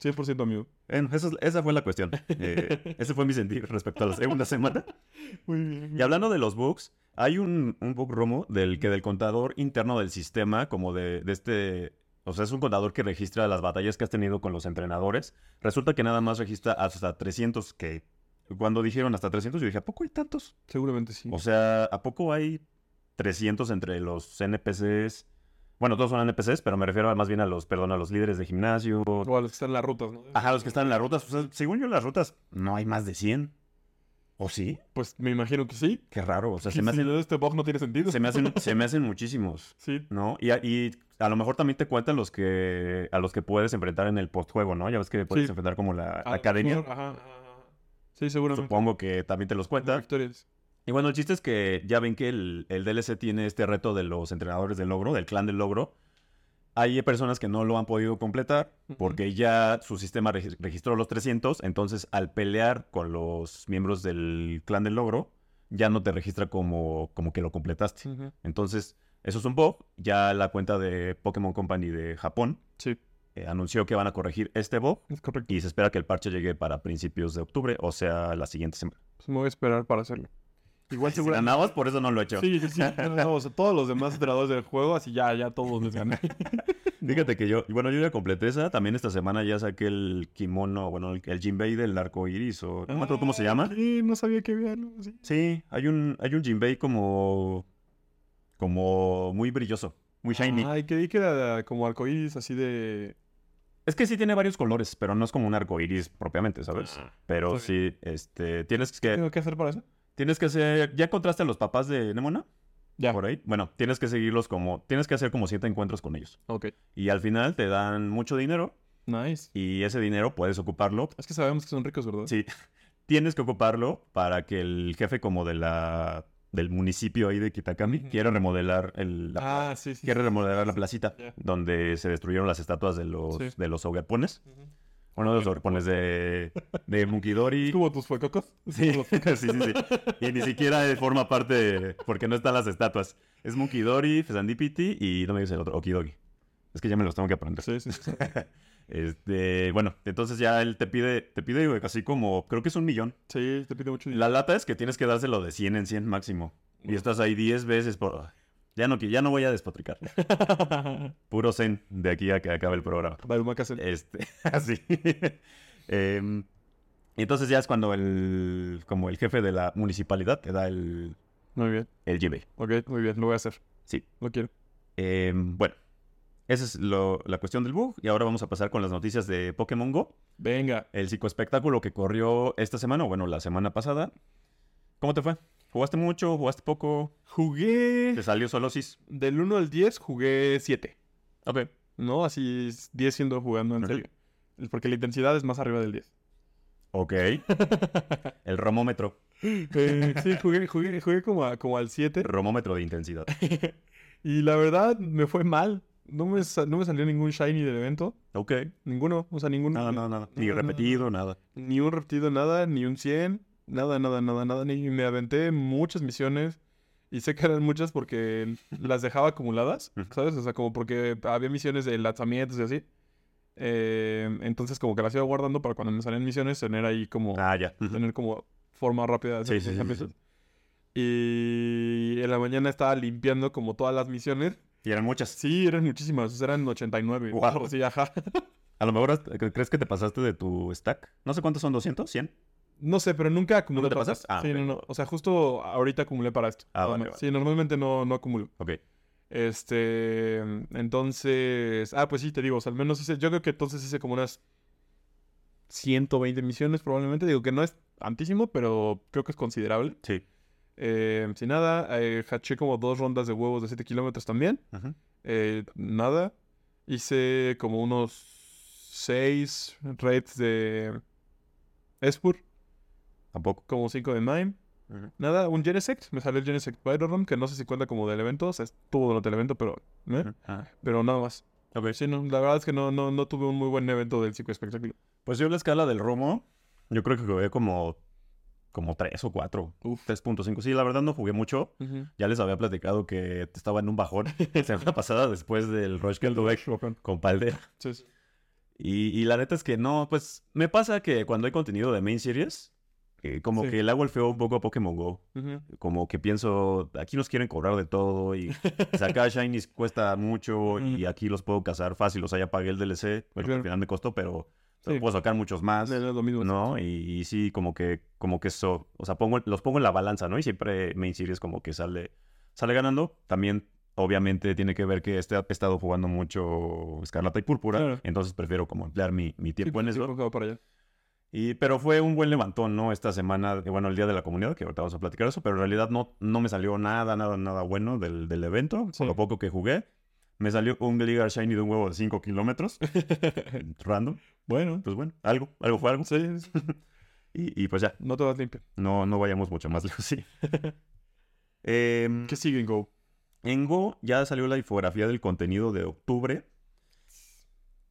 B: 100% amigo.
A: Bueno, eso es- esa fue la cuestión. Eh, ese fue mi sentir respecto a la segunda semana.
B: Muy bien.
A: Y hablando de los bugs, hay un, un bug romo del que del contador interno del sistema, como de, de este... O sea, es un contador que registra las batallas que has tenido con los entrenadores. Resulta que nada más registra hasta 300, que cuando dijeron hasta 300, yo dije, ¿a poco hay tantos?
B: Seguramente sí.
A: O sea, ¿a poco hay 300 entre los NPCs? Bueno, todos son NPCs, pero me refiero a- más bien a los, perdón, a los líderes de gimnasio.
B: O a los que están en las rutas, ¿no?
A: Ajá, los que están en las rutas. O sea, según yo, en las rutas no hay más de 100. ¿O sí?
B: Pues me imagino que sí.
A: Qué raro. O sea,
B: Que
A: se me
B: si
A: hacen,
B: no, este bug no tiene sentido.
A: se me hacen, se me hacen muchísimos,
B: Sí.
A: ¿no? Y a, y a lo mejor también te cuentan los que, a los que puedes enfrentar en el postjuego, ¿no? Ya ves que puedes
B: Sí. Ah,
A: enfrentar como la
B: A-
A: academia.
B: Ajá. ajá. Sí, seguramente.
A: Supongo que también te los cuentan.
B: Victorias.
A: Y bueno, el chiste es que ya ven que el, el DLC tiene este reto de los entrenadores del logro, del clan del logro. Hay personas que no lo han podido completar
B: Ujú.
A: porque ya su sistema regi- registró los 300, entonces al pelear con los miembros del clan del logro, ya no te registra como, como que lo completaste.
B: Ujú.
A: Entonces, eso es un bug. Ya la cuenta de Pokémon Company de Japón
B: Sí,
A: eh, anunció que van a corregir este bug
B: es correcto.
A: y se espera que el parche llegue para principios de octubre, o sea, la siguiente semana.
B: Pues me voy a esperar para hacerlo. Igual
A: Si
B: seguramente.
A: ganabas, por eso no lo he hecho.
B: Sí, sí, sí. No, o sea, todos los demás entrenadores del juego, así ya, ya todos les gané.
A: Fíjate que yo, bueno, yo ya completé esa. También esta semana ya saqué el kimono, bueno, el, el jinbei del arco iris, o no me acuerdo
B: Ah.
A: cómo se llama.
B: Sí, no sabía que había algo así.
A: Sí, hay un, hay un jinbei como, como muy brilloso, muy shiny.
B: Ay, creí que era como arcoíris, así de.
A: Es que sí tiene varios colores, pero no es como un arco iris propiamente, ¿sabes?
B: Ah,
A: Pero
B: está
A: sí, este, tienes que,
B: pues, ¿Tengo que hacer para eso?
A: tienes que hacer, ¿ya encontraste a los papás de Nemona?
B: Ya.
A: Por ahí. Bueno, tienes que seguirlos como, tienes que hacer como siete encuentros con ellos.
B: Ok.
A: Y al final te dan mucho dinero
B: Nice.
A: y ese dinero puedes ocuparlo
B: Es que sabemos que son ricos, ¿verdad?
A: Sí. Tienes que ocuparlo para que el jefe como de la del municipio ahí de Kitakami
B: Ujú.
A: quiera remodelar el la,
B: ah, sí, sí.
A: quiere
B: sí.
A: remodelar la placita
B: Ya.
A: donde se destruyeron las estatuas de los
B: Sí.
A: de los hogapones.
B: Ujú.
A: Uno de los hogapones de de Mukidori.
B: ¿Es como tus fuecocos?
A: Sí, sí, sí, sí. Y ni siquiera eh, forma parte de- porque no están las estatuas. Es Mukidori, Fesandipiti y no me dice el otro, Okidogi. Es que ya me los tengo que aprender.
B: Sí, sí, sí.
A: Este, bueno, entonces ya él te pide, te pide güey, así como, creo que es un millón.
B: Sí, te pide mucho dinero.
A: La lata es que tienes que dárselo de 100 en 100 máximo. Y estás ahí 10 veces por... Ya no, qui- ya no voy a despotricar. Puro zen de aquí a que acabe el programa.
B: Darumakasen.
A: Este, así. Em, y entonces ya es cuando el... Como el jefe de la municipalidad te da el...
B: Muy bien.
A: El GB.
B: Ok, muy bien. Lo voy a hacer.
A: Sí.
B: Lo quiero.
A: Em, bueno. Esa es lo- la cuestión del bug. Y ahora vamos a pasar con las noticias de Pokémon GO.
B: Venga.
A: El psicoespectáculo que corrió esta semana, o bueno, la semana pasada. ¿Cómo te fue? ¿Jugaste mucho? ¿Jugaste poco?
B: Jugué.
A: ¿Te salió solosis?
B: Del 1 al 10 jugué 7.
A: Ok.
B: ¿No? Así es, 10 siendo jugando en
A: Ujú.
B: serio. Porque la intensidad es más arriba del 10.
A: Ok. El romómetro.
B: Eh, sí, jugué, jugué, jugué como, a- como al 7.
A: Romómetro de intensidad.
B: Y la verdad, me fue mal. No me, sa- no me salió ningún shiny del evento.
A: Ok.
B: Ninguno. O sea, ninguno.
A: Nada, nada, nada. Ni
B: No, no, no.
A: repetido, nada.
B: Ni un repetido, nada. Ni un 100. Nada, nada, nada, nada. Ni me aventé muchas misiones. Y sé que eran muchas porque las dejaba acumuladas,
A: Ujú.
B: ¿sabes? O sea, como porque había misiones de lanzamientos y así. eh, entonces como que las iba guardando para cuando me salen misiones tener ahí como...
A: Ah, ya. Ujú.
B: Tener como forma rápida de hacer
A: Sí, sí,
B: esas
A: sí, sí,
B: misiones. Y en la mañana estaba limpiando como todas las misiones.
A: Y eran muchas.
B: Sí, eran muchísimas, eran 89.
A: Guau.
B: algo así, ajá.
A: A lo mejor hasta- cre- crees que te pasaste de tu stack. No sé cuántos son, ¿200? ¿100?
B: No sé, pero nunca acumulé
A: te
B: para
A: pasas?
B: esto.
A: Ah,
B: sí,
A: ok.
B: no, no. O sea, justo ahorita acumulé para esto.
A: Ah,
B: Nada
A: vale,
B: más.
A: vale.
B: Sí, normalmente no, no acumulo.
A: Ok.
B: Este, entonces, ah, pues sí, te digo, o sea, al menos hice, yo creo que entonces hice como unas 120 misiones probablemente, digo que no es tantísimo, pero creo que es considerable.
A: Sí.
B: Eh, sin nada, eh, haché como dos rondas de huevos de 7 kilómetros también,
A: Ujú.
B: eh, nada, hice como unos 6 raids de Espur,
A: Tampoco.
B: como 5 de Mime.
A: Ujú.
B: Nada, un Genesect, me salió el Genesect Pyrorom, que no sé si cuenta como del evento, o sea, estuvo durante el evento, pero, ¿eh?
A: Ah,
B: pero nada más.
A: ok.
B: Sí, no, la verdad es que no, no, no tuve un muy buen evento del psicoespectáculo.
A: Pues yo la escala del romo, yo creo que jugué como, como 3 o 4.
B: Uf.
A: 3.5. Sí, la verdad no jugué mucho. Ya les había platicado que estaba en un bajón la semana pasada después del Rush que anduve
B: Bacán.
A: con Paldea.
B: Sí, sí.
A: Y, y la neta es que no, pues me pasa que cuando hay contenido de main series, eh, como
B: Sí.
A: que le hago el feo un poco a Pokémon Go.
B: Ujú.
A: Como que pienso, aquí nos quieren cobrar de todo y sacar Shinies cuesta mucho y
B: Ujú.
A: aquí los puedo cazar fácil. O sea, ya pagué el DLC, bueno,
B: Claro.
A: al final me costó, pero
B: Sí.
A: puedo sacar muchos más.
B: No, no es lo mismo.
A: ¿no? Y, y sí, como que, como que eso, o sea, pongo, los pongo en la balanza, ¿no? Y siempre Main Series como que sale, sale ganando. También, obviamente, tiene que ver que este, he estado jugando mucho Escarlata y Púrpura,
B: Claro.
A: entonces prefiero como emplear mi, mi
B: Sí,
A: tiempo en
B: sí,
A: eso.
B: poco para allá.
A: Y, pero fue un buen levantón, ¿no? Esta semana, eh, bueno, el Día de la Comunidad, que ahorita vamos a platicar eso, pero en realidad no, no me salió nada, nada, nada bueno del, del evento,
B: Sí.
A: por lo poco que jugué. Me salió un Gligar Shiny de un huevo de 5 kilómetros, random.
B: bueno,
A: Pues bueno, algo, algo fue algo.
B: sí, sí, sí.
A: Y, y pues ya,
B: no te vas limpio.
A: no, no vayamos mucho más lejos, sí. Em,
B: ¿Qué sigue en Go?
A: en Go ya salió la infografía del contenido de octubre.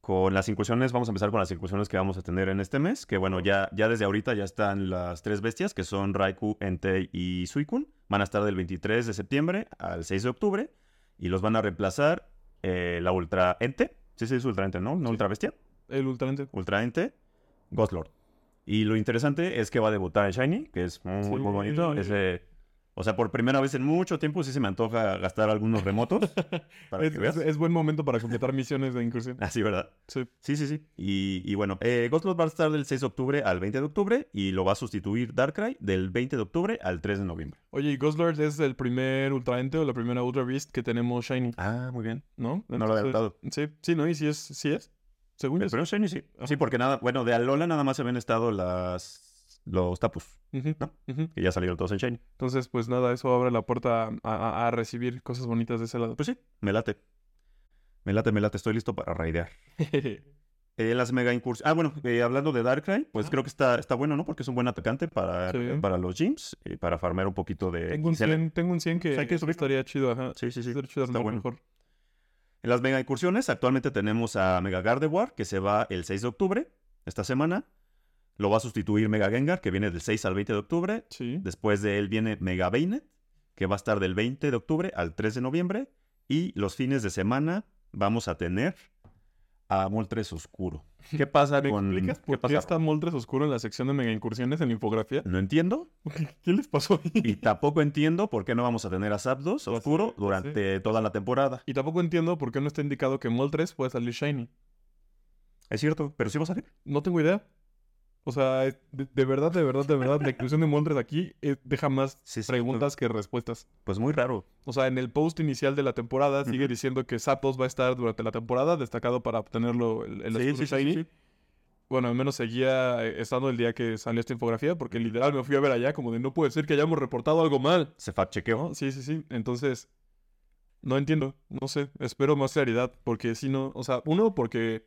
A: Con las incursiones, vamos a empezar con las incursiones que vamos a tener en este mes. Que bueno, ya, ya desde ahorita ya están las tres bestias, que son Raikou, Entei y Suicune. Van a estar del 23 de septiembre al 6 de octubre. Y los van a reemplazar eh, la Ultra Ente. Sí, sí, es Ultra Ente, ¿no? No
B: Sí.
A: Ultra Bestia.
B: El ultrante.
A: Ultra Ente, Ghost Lord. Y lo interesante es que va a debutar en Shiny, que es muy,
B: Sí.
A: muy bonito. Ese, o sea, por primera vez en mucho tiempo sí se me antoja gastar algunos remotos. para
B: Es,
A: que veas.
B: es- es buen momento para completar misiones de incursión.
A: Así, ¿verdad?
B: Sí.
A: Sí, sí, sí. Y, y bueno, eh, Ghost Lord va a estar del 6 de octubre al 20 de octubre y lo va a sustituir Darkrai del 20 de octubre al 3 de noviembre.
B: Oye, ¿y Ghost Lord es el primer ultrante o la primera Ultra Beast que tenemos Shiny,
A: Ah, muy bien.
B: ¿no?
A: No lo había
B: Entonces-
A: notado.
B: Sí, sí, ¿no? Y sí es, sí es. Según yo.
A: Pero en Shiny sí. Sí, porque nada, bueno, de Alola nada más se habían estado las, los tapus,
B: Ujú,
A: ¿no?
B: ujú.
A: que ya salieron todos en Shiny.
B: Entonces, pues nada, eso abre la puerta a, a- a recibir cosas bonitas de ese lado.
A: Pues sí, me late. Me late, me late, estoy listo para raidear. Eh, las mega incursiones. Ah, bueno, eh, hablando de Darkrai, pues creo que está, está bueno, ¿no? Porque es un buen atacante para,
B: Ah. Sí.
A: para los gyms, eh, para farmear un poquito de.
B: Tengo un
A: XL.
B: 100, tengo un 100 que,
A: O sea, hay que subirlo.
B: estaría chido, ajá.
A: Sí, sí, sí.
B: Estaría chido
A: está
B: armar
A: bueno.
B: mejor.
A: En las mega incursiones, actualmente tenemos a Mega Gardevoir, que se va el 6 de octubre, esta semana. Lo va a sustituir Mega Gengar, que viene del 6 al 20 de octubre.
B: Sí.
A: Después de él viene Mega Bainet, que va a estar del 20 de octubre al 3 de noviembre. Y los fines de semana vamos a tener a Moltres Oscuro. ¿Qué pasa
B: ¿Me
A: con...?
B: explicas
A: qué
B: por qué
A: pasa?
B: está Moltres Oscuro en la sección de mega incursiones en la infografía?
A: No entiendo.
B: ¿Qué les pasó ahí?
A: Y tampoco entiendo por qué no vamos a tener a Zapdos
B: Ya sé,
A: Oscuro
B: ya sé.
A: durante toda la temporada.
B: Y tampoco entiendo por qué no está indicado que Moltres puede salir Shiny.
A: Es cierto, pero sí va a salir.
B: No tengo idea. O sea, es- de, de verdad, de verdad, de verdad, la inclusión de Moltres aquí eh, deja más
A: Sí, es cierto.
B: preguntas que respuestas.
A: Pues muy raro.
B: O sea, en el post inicial de la temporada sigue diciendo que Zapdos va a estar durante la temporada, destacado para obtenerlo el,
A: Sí,
B: el Oscuro
A: sí, sí, sí,
B: Shiny.
A: sí.
B: Bueno, al menos seguía eh, estando el día que salió esta infografía, porque literal me fui a ver allá como de no puede ser que hayamos reportado algo mal.
A: Se fact chequeó.
B: ¿No? Oh, Sí, sí, sí. Entonces, no entiendo, no sé, espero más claridad, porque si no, o sea, uno, porque,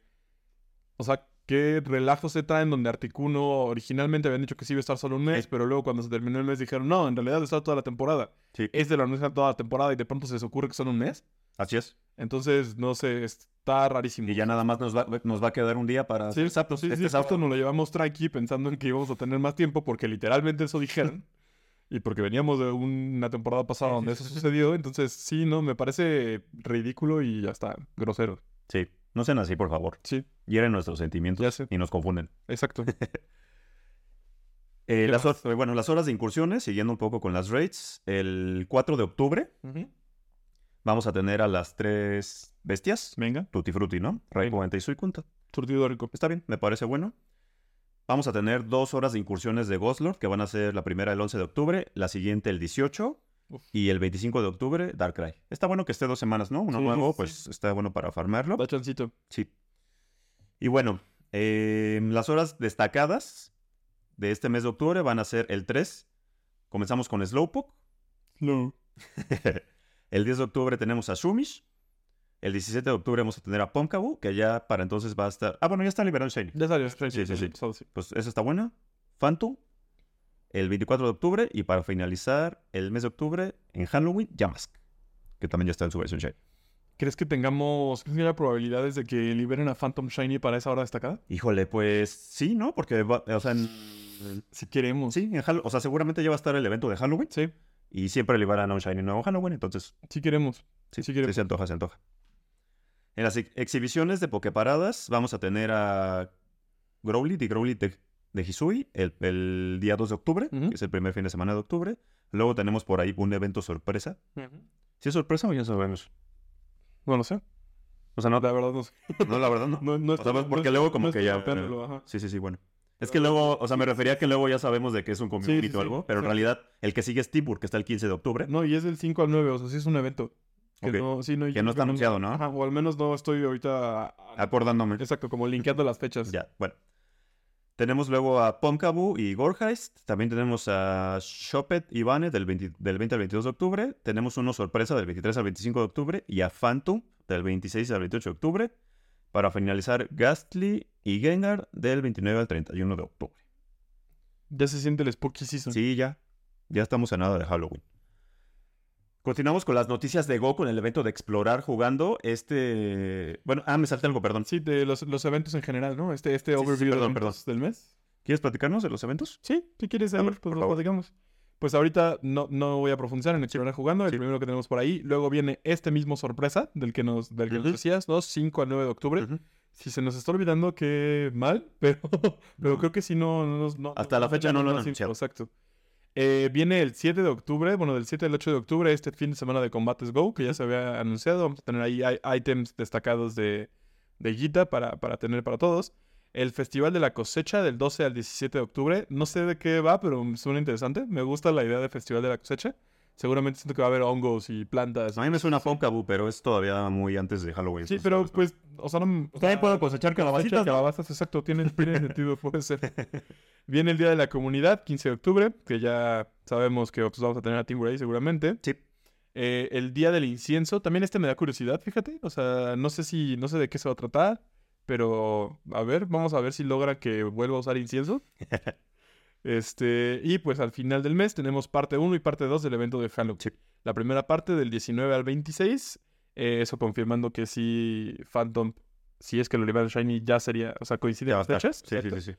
B: o sea, qué relajo se traen donde Articuno originalmente habían dicho que sí iba a estar solo un mes,
A: Sí.
B: pero luego cuando se terminó el mes dijeron, no, en realidad está toda la temporada.
A: Sí.
B: Es de la anuncian toda la temporada y de pronto se les ocurre que son un mes.
A: Así es.
B: Entonces, no sé, está rarísimo.
A: Y ya nada más nos va, nos va a quedar un día para
B: Sí,
A: hacer Zapdos.
B: sí,
A: Este
B: sí,
A: Zapdos
B: justo nos lo llevamos tranqui pensando en que íbamos a tener más tiempo porque literalmente eso dijeron. y porque veníamos de una temporada pasada
A: Sí, sí, sí,
B: donde eso
A: sí, sí.
B: sucedió. Entonces, sí, no, me parece ridículo y hasta grosero.
A: Sí. No sean así, por favor.
B: Sí,
A: Hieren nuestros sentimientos
B: Ya sé.
A: y nos confunden.
B: exacto.
A: Eh,
B: ¿Qué
A: las
B: más?
A: hor- eh, bueno, las horas de incursiones, siguiendo un poco con las raids, el 4 de octubre
B: Ujú.
A: vamos a tener a las tres bestias.
B: Venga,
A: Tutti Frutti, ¿no? Ray
B: Venga.
A: 90 y Suicunta.
B: surtido rico.
A: Está bien, me parece bueno. Vamos a tener dos horas de incursiones de Ghostlord, que van a ser la primera el 11 de octubre, la siguiente el 18
B: Uf.
A: y el 25 de octubre Darkrai. Está bueno que esté dos semanas, ¿no? Uno
B: Sí,
A: nuevo,
B: sí.
A: pues está bueno para farmarlo.
B: Da chancito.
A: Sí. Y bueno, eh, las horas destacadas de este mes de octubre van a ser el 3. Comenzamos con Slowpoke.
B: No.
A: el 10 de octubre tenemos a Shumish. El 17 de octubre vamos a tener a Pumpkaboo, que ya para entonces va a estar... Ah, bueno, ya está liberado Shiny.
B: Ya salió. este Sí,
A: sí, sí.
B: Solo sí.
A: Pues esa está buena. Phantom. El 24 de octubre. Y para finalizar el mes de octubre, en Halloween, Yamask. Que también ya está en su versión Shiny.
B: ¿Crees que tengamos, crees que haya probabilidades de que liberen a Phantom Shiny para esa hora destacada?
A: Híjole, pues sí, ¿no? Porque, va- o sea, en-
B: Si queremos.
A: sí, en Hall- o sea, seguramente ya va a estar el evento de Halloween.
B: Sí,
A: Y siempre liberan a un Shiny nuevo Halloween, entonces
B: sí queremos.
A: sí,
B: Sí,
A: sí,
B: quiere-
A: se antoja, se antoja. En las ex- exhibiciones de Poképaradas vamos a tener a Growlit y Growlit de, de Hisui el, el día 2 de octubre,
B: Ujú.
A: que es el primer fin de semana de octubre. Luego tenemos por ahí un evento sorpresa. ¿Si es sorpresa o ya sabemos?
B: No lo sé.
A: O sea, no,
B: La verdad no sé.
A: no, la verdad no.
B: No, no
A: O sea,
B: estoy-
A: porque
B: no
A: luego
B: estoy-
A: como
B: no
A: que
B: estoy
A: ya- eh,
B: mapeándolo, ajá.
A: Sí, sí, sí, bueno. Es que luego, o sea, me refería a que luego ya sabemos de que es un community
B: sí,
A: o
B: sí.
A: algo, pero en
B: Sí.
A: realidad el que sigue es Tibur, que está el 15 de octubre.
B: No, y es del 5 al 9, o sea, sí es un evento. Que
A: Ok.
B: no, sí, no,
A: Que no está anunciado, ¿no?
B: Ajá, o al menos no estoy ahorita.
A: Acordándome.
B: Exacto, como linkeando las fechas.
A: Ya, bueno. Tenemos luego a Pomkabu y Gorheist. También tenemos a Shopet y Bane del 20, del 20 al 22 de octubre. Tenemos uno sorpresa del 23 al 25 de octubre. Y a Phantom del 26 al 28 de octubre. Para finalizar, Gastly y Gengar del 29 al 31 de octubre.
B: Ya se siente el Spooky Season.
A: Sí, ya. Ya estamos a nada de Halloween. Continuamos con las noticias de Go con el evento de explorar jugando. Este. Bueno, ah, me salté algo, perdón.
B: Sí, de los, los eventos en general, ¿no? Este, este
A: Sí, sí, sí,
B: overview de
A: perdón,
B: eventos del mes.
A: ¿Quieres platicarnos de los eventos?
B: Sí, si quieres saber, pues
A: por
B: lo
A: favor.
B: platicamos. Pues ahorita no, no voy a profundizar en explorar jugando, el
A: Sí.
B: primero que tenemos por ahí. Luego viene este mismo sorpresa del que nos, del que nos
A: Ujú.
B: decías, ¿no? 5 al 9 de octubre.
A: Ujú.
B: Si se nos está olvidando, qué mal, pero, pero
A: No.
B: creo que si no, no, nos- no-
A: Hasta la fecha no lo han
B: sí,
A: anunciado.
B: Exacto. Eh, viene el 7 de octubre, bueno, del 7 al 8 de octubre, este fin de semana de combates Go, que ya se había anunciado. Vamos a tener ahí i- ítems destacados de, de Gita para, para tener para todos. El Festival de la Cosecha del 12 al 17 de octubre. No sé de qué va, pero suena interesante. Me gusta la idea del Festival de la Cosecha. Seguramente siento que va a haber hongos y plantas.
A: A mí me suena Pomkabu, pero es todavía muy antes de Halloween.
B: Sí,
A: entonces,
B: pero
A: pues, no.
B: pues, o sea, no... o sea,
A: cosechar
B: Calabazas, calabazas, exacto, tiene, tiene sentido, puede ser. Viene el Día de la Comunidad, 15 de octubre, que ya sabemos que pues, vamos a tener a Team Ray seguramente.
A: Sí.
B: Eh, el Día del Incienso, también este me da curiosidad, fíjate. O sea, no sé si, no sé de qué se va a tratar, pero a ver, vamos a ver si logra que vuelva a usar incienso. Este, y pues al final del mes tenemos parte 1 y parte 2 del evento de Halloween.
A: Sí.
B: La primera parte del 19 al 26, eh, eso confirmando que sí, Phantom, si es que lo liberan Shiny, ya sería, o sea, coincide
A: Ya va a
B: las
A: estar.
B: fechas.
A: Sí, sí,
B: exacto.
A: sí, sí.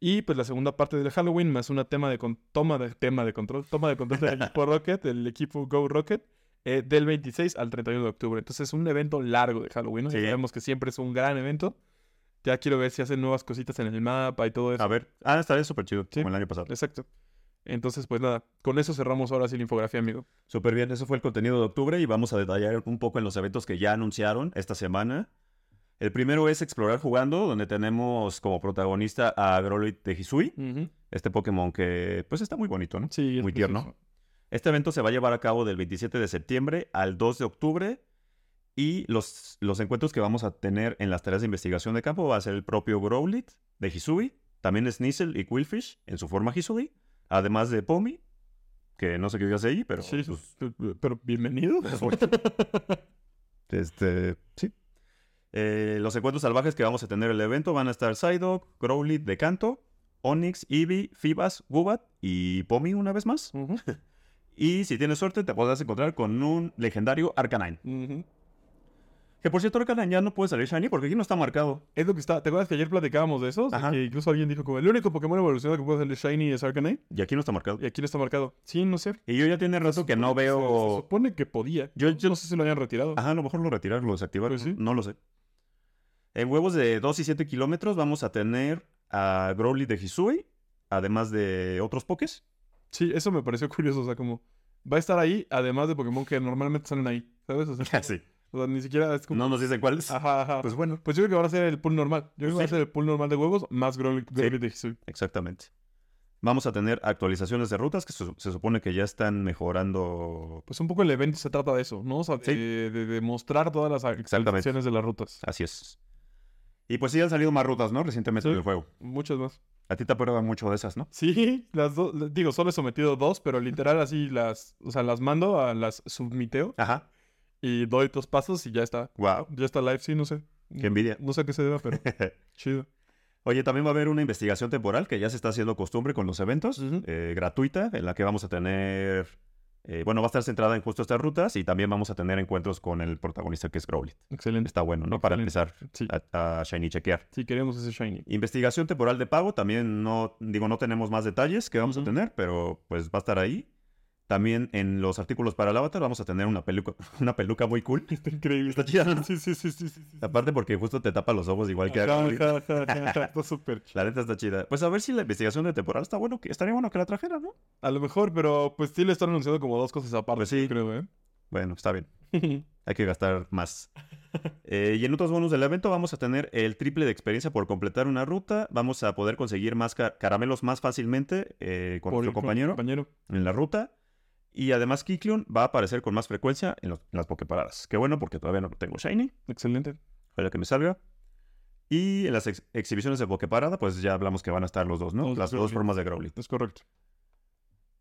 B: Y pues la segunda parte del Halloween más una tema de con- toma de tema de control, toma de control del equipo Rocket, del equipo Go Rocket, eh, del 26 al 31 de octubre. Entonces es un evento largo de Halloween. ¿no? Ya
A: Sí.
B: Sabemos que siempre es un gran evento. Ya quiero ver si hacen nuevas cositas en el mapa y todo eso.
A: A ver. Ah, estaría súper chido,
B: pues, Sí.
A: como el año pasado.
B: Exacto. Entonces, pues nada, con eso cerramos ahora sí la infografía, amigo.
A: Súper bien, eso fue el contenido de octubre y vamos a detallar un poco en los eventos que ya anunciaron esta semana. El primero es Explorar Jugando, donde tenemos como protagonista a Growlithe de Hisui, este Pokémon que pues está muy bonito, ¿no?
B: Sí, es
A: Muy tierno.
B: precioso.
A: Este evento se va a llevar a cabo del 27 de septiembre al 2 de octubre y los, los encuentros que vamos a tener en las tareas de investigación de campo va a ser el propio Growlit de Hisui, también Sneasel y Quillfish en su forma Hisui, además de Pomi, que no sé qué digas ahí, pero
B: Sí,
A: pues,
B: pero bienvenido.
A: pues, bueno. este, sí. Eh, los encuentros salvajes que vamos a tener en el evento van a estar Psyduck, Growlit de Canto, Onix, Eevee, Fibas, Wubat y Pomi una vez más.
B: Ujú,
A: Y si tienes suerte, te podrás encontrar con un legendario Arcanine.
B: ujú.
A: Que por cierto, Arcanine ya no puede salir Shiny porque aquí no está marcado.
B: Es lo que está. ¿Te acuerdas que ayer platicábamos de eso? O sea,
A: Ajá.
B: que incluso alguien dijo como el único Pokémon evolucionado que puede hacerle Shiny es Arcanine.
A: Y aquí no está marcado.
B: Y aquí no está marcado. Sí, no sé.
A: Y yo ya tiene rato que no
B: Supone se- Se,
A: veo.
B: supone que podía.
A: Yo- yo-
B: no sé si lo hayan retirado.
A: Ajá, a lo mejor lo retirar, lo desactivar.
B: Pues sí.
A: No lo sé. En huevos de 2 y 7 kilómetros vamos a tener a Growly de Hisui, además de otros pokés.
B: Sí, eso me pareció curioso. O sea, como va a estar ahí, además de Pokémon que normalmente salen ahí, ¿sabes? O sea,
A: sí.
B: o sea, ni siquiera es como.
A: No nos dicen cuáles.
B: Ajá, ajá. Pues,
A: Pues bueno,
B: yo creo que van a ser el pool normal. Yo creo que va a
A: Sí.
B: ser el pool normal de huevos más Growly, Growly de Hisui.
A: exactamente. Vamos a tener actualizaciones de rutas que se, se supone que ya están mejorando.
B: Pues un poco el evento se trata de eso, ¿no? O sea, de,
A: Sí.
B: de- de mostrar todas las
A: Exactamente.
B: actualizaciones de las rutas.
A: Así es. Y pues sí han salido más rutas, ¿no? Recientemente
B: Sí.
A: del juego.
B: Muchas más.
A: A ti te acuerdas mucho de esas, ¿no?
B: Sí, las dos. le- Digo, solo he sometido dos, pero literal así las. O sea, las mando, a las submiteo
A: Ajá.
B: y doy dos pasos y ya está.
A: Wow.
B: Ya está live, sí, no sé.
A: Qué envidia.
B: No sé a qué se deba, pero chido.
A: Oye, también va a haber una investigación temporal que ya se está haciendo costumbre con los eventos,
B: Ujú.
A: eh, gratuita, en la que vamos a tener, eh, bueno, va a estar centrada en justo estas rutas y también vamos a tener encuentros con el protagonista que es Growlit.
B: Excelente.
A: Está bueno, ¿no? Para
B: Excelente.
A: empezar
B: Sí,
A: a, a shiny chequear.
B: sí, queremos ese Shiny.
A: Investigación temporal de pago, también no, digo, no tenemos más detalles que vamos a
B: Ujú.
A: tener, pero pues va a estar ahí. También en los artículos para el avatar vamos a tener una peluca, una peluca muy cool.
B: Está increíble.
A: Está chida, ¿no?
B: Sí, sí, sí, sí. sí, sí.
A: Aparte porque justo te tapa los ojos igual que a
B: Ajá,
A: Growlithe.
B: ajá, ajá, ajá, ajá, Está súper chido.
A: La neta está chida. Pues a ver si la investigación de temporal está bueno, que estaría bueno que la trajera, ¿no?
B: A lo mejor, pero pues sí le están anunciando como dos cosas aparte,
A: Pues sí.
B: creo, ¿eh?
A: Bueno, está bien. Hay que gastar más. Eh, y en otros bonos del evento vamos a tener el triple de experiencia por completar una ruta. Vamos a poder conseguir más ca- caramelos más fácilmente eh, con
B: Por-
A: nuestro compañero
B: compañero.
A: en la ruta. Y además Kikleon va a aparecer con más frecuencia en, los- en las Poképaradas. Qué bueno, porque todavía no tengo Shiny.
B: Excelente.
A: Ojalá que me salga. Y en las ex- exhibiciones de Poképarada, pues ya hablamos que van a estar los dos, ¿no?
B: Los
A: Las dos
B: Growlithe.
A: formas de Growlithe.
B: Es correcto.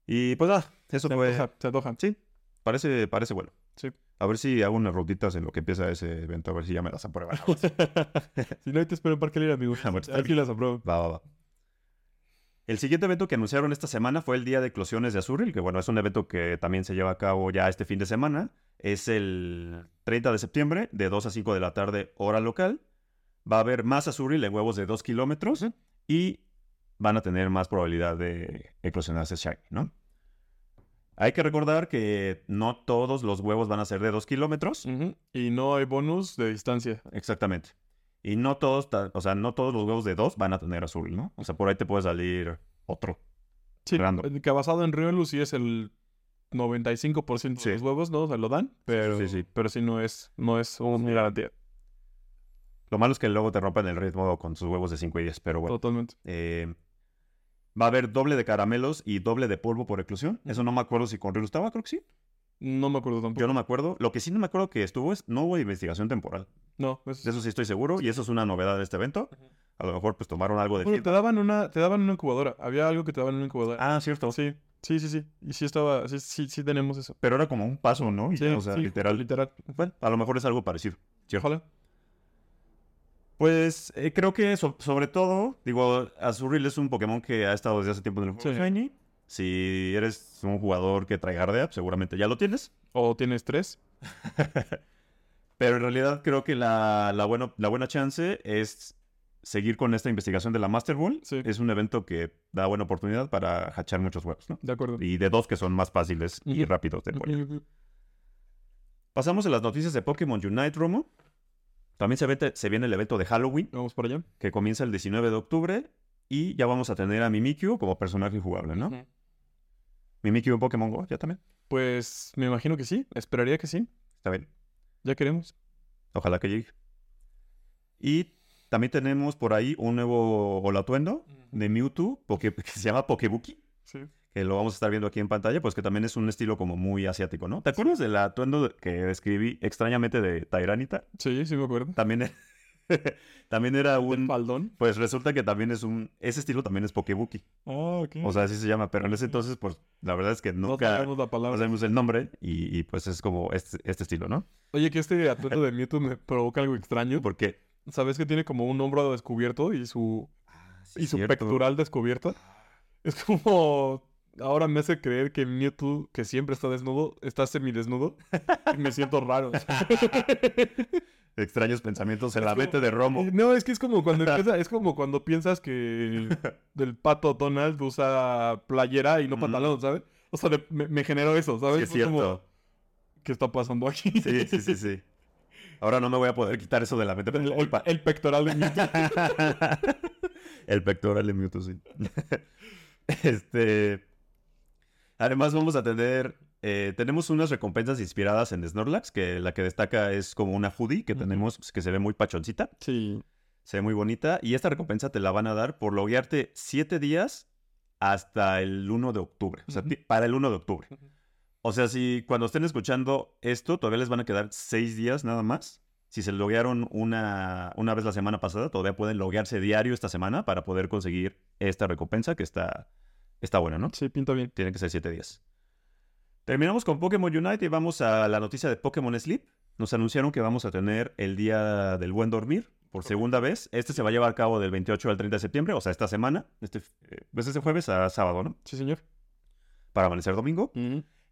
A: Y pues nada, eso
B: Se
A: fue...
B: antoja, se antoja.
A: Sí, parece, parece bueno.
B: Sí.
A: A ver si hago unas rutitas en lo que empieza ese evento, a ver si ya me las aprueban.
B: si no, ahí te espero en Parque Lira, amigo.
A: Ah, Bueno, está
B: Aquí las apruebo.
A: Va, va, va. El siguiente evento que anunciaron esta semana fue el Día de Eclosiones de Azuril, que bueno, es un evento que también se lleva a cabo ya este fin de semana. Es el 30 de septiembre, de 2 a 5 de la tarde, hora local. Va a haber más Azuril en huevos de 2 kilómetros y van a tener más probabilidad de eclosionarse Shiny, ¿no? Hay que recordar que no todos los huevos van a ser de 2 kilómetros.
B: Ujú. Y no hay bonus de distancia.
A: Exactamente. Y no todos, ta- o sea, no todos los huevos de dos van a tener azul, ¿no? O sea, por ahí te puede salir otro.
B: Sí,
A: Random.
B: el que basado en Riolu sí es el 95% de
A: Sí.
B: los huevos, ¿no? O sea, lo dan, pero
A: sí, sí.
B: pero sí no es, no es una garantía.
A: Lo malo es que luego te rompen el ritmo con sus huevos de 5 y 10, pero bueno.
B: Totalmente.
A: Eh, va a haber doble de caramelos y doble de polvo por eclosión. Eso no me acuerdo si con Río estaba, creo que sí.
B: No me acuerdo tampoco.
A: Yo no me acuerdo. Lo que sí no me acuerdo que estuvo es no hubo investigación temporal.
B: No, eso
A: De eso sí estoy seguro y eso es una novedad de este evento. A lo mejor pues tomaron algo de...
B: Bueno, te
A: feedback.
B: daban una, te daban una incubadora. Había algo que te daban una incubadora.
A: Ah, cierto.
B: Sí, sí, sí, sí. Y sí estaba, sí, sí, sí tenemos eso.
A: Pero era como un paso, ¿no? Y
B: Sí,
A: ya, o sea,
B: sí,
A: literal.
B: Literal.
A: Bueno, a lo mejor es algo parecido. Cierto.
B: Ojalá.
A: Pues eh, creo que so- sobre todo, digo, Azuril es un Pokémon que ha estado desde hace tiempo en el juego
B: Sí.
A: Shiny. Si eres un jugador que trae Gardea, seguramente ya lo tienes.
B: O tienes tres.
A: Pero en realidad creo que la, la, bueno- la buena chance es seguir con esta investigación de la Master Ball.
B: Sí.
A: Es un evento que da buena oportunidad para hachar muchos juegos, ¿no?
B: De acuerdo.
A: Y de dos que son más fáciles y
B: Ujú.
A: rápidos de poner.
B: Ujú.
A: Pasamos a las noticias de Pokémon Unite, Romo. También se, vete- se viene el evento de Halloween.
B: Vamos para allá.
A: que comienza el 19 de octubre y ya vamos a tener a Mimikyu como personaje jugable, ¿no?
B: Ujú.
A: Mimikyu en Pokémon Go, ya también.
B: Pues me imagino que sí. Esperaría que sí.
A: Está bien.
B: Ya queremos.
A: Ojalá que llegue. Y también tenemos por ahí un nuevo Olatuendo de Mewtwo poke- que se llama Pokebuki,
B: Sí.
A: que lo vamos a estar viendo aquí en pantalla, pues que también es un estilo como muy asiático, ¿no? ¿Te acuerdas del atuendo que describí extrañamente de Tyranita?
B: Sí, sí me acuerdo.
A: También era, también era un...
B: Faldón.
A: Pues resulta que también es un... Ese estilo también es Pokebuki.
B: Ah, ok.
A: O sea, así se llama, pero en ese entonces, pues la verdad es que nunca...
B: sabemos la palabra.
A: no sabemos el nombre y, y, pues es como este, este estilo, ¿no?
B: Oye, que este atuendo de Mewtwo me provoca algo extraño.
A: Porque...
B: ¿Sabes que tiene como un hombro descubierto y su, y su pectoral descubierta? Es como... Ahora me hace creer que Mewtwo, que siempre está desnudo, está semidesnudo. y me siento raro.
A: Extraños pensamientos en
B: Es
A: la
B: como-
A: mente de
B: Eh,
A: Romo.
B: No, es que es como cuando empieza- es como cuando piensas que el pato Donald usa playera y no
A: Ujú.
B: pantalón, ¿sabes? O sea, de- me, me generó eso, ¿sabes?
A: Sí, es
B: Fue como,
A: cierto.
B: ¿Qué está pasando aquí?
A: Sí, sí, sí, sí. Ahora no me voy a poder quitar eso de la mente.
B: El, el- el pectoral de Mewtwo.
A: El pectoral de Mewtwo, sí. este. Además, vamos a tener. eh, tenemos unas recompensas inspiradas en Snorlax, que la que destaca es como una hoodie que
B: Ujú.
A: tenemos, pues, que se ve muy pachoncita,
B: Sí.
A: se ve muy bonita. Y esta recompensa te la van a dar por loguearte 7 días hasta el 1 de octubre. O sea,
B: Ujú.
A: ti- para el 1 de octubre.
B: Ujú.
A: O sea, si cuando estén escuchando esto, todavía les van a quedar 6 días nada más. Si se loguearon una, una vez la semana pasada, todavía pueden loguearse diario esta semana para poder conseguir esta recompensa que está, está buena, ¿no?
B: Sí, pinta bien.
A: Tienen que ser 7 días. Terminamos con Pokémon Unite y vamos a la noticia de Pokémon Sleep. Nos anunciaron que vamos a tener el Día del Buen Dormir por segunda vez. Este se va a llevar a cabo del 28 al 30 de septiembre, o sea, esta semana, este, eh, pues este jueves a sábado, ¿no?
B: Sí, señor.
A: Para amanecer domingo.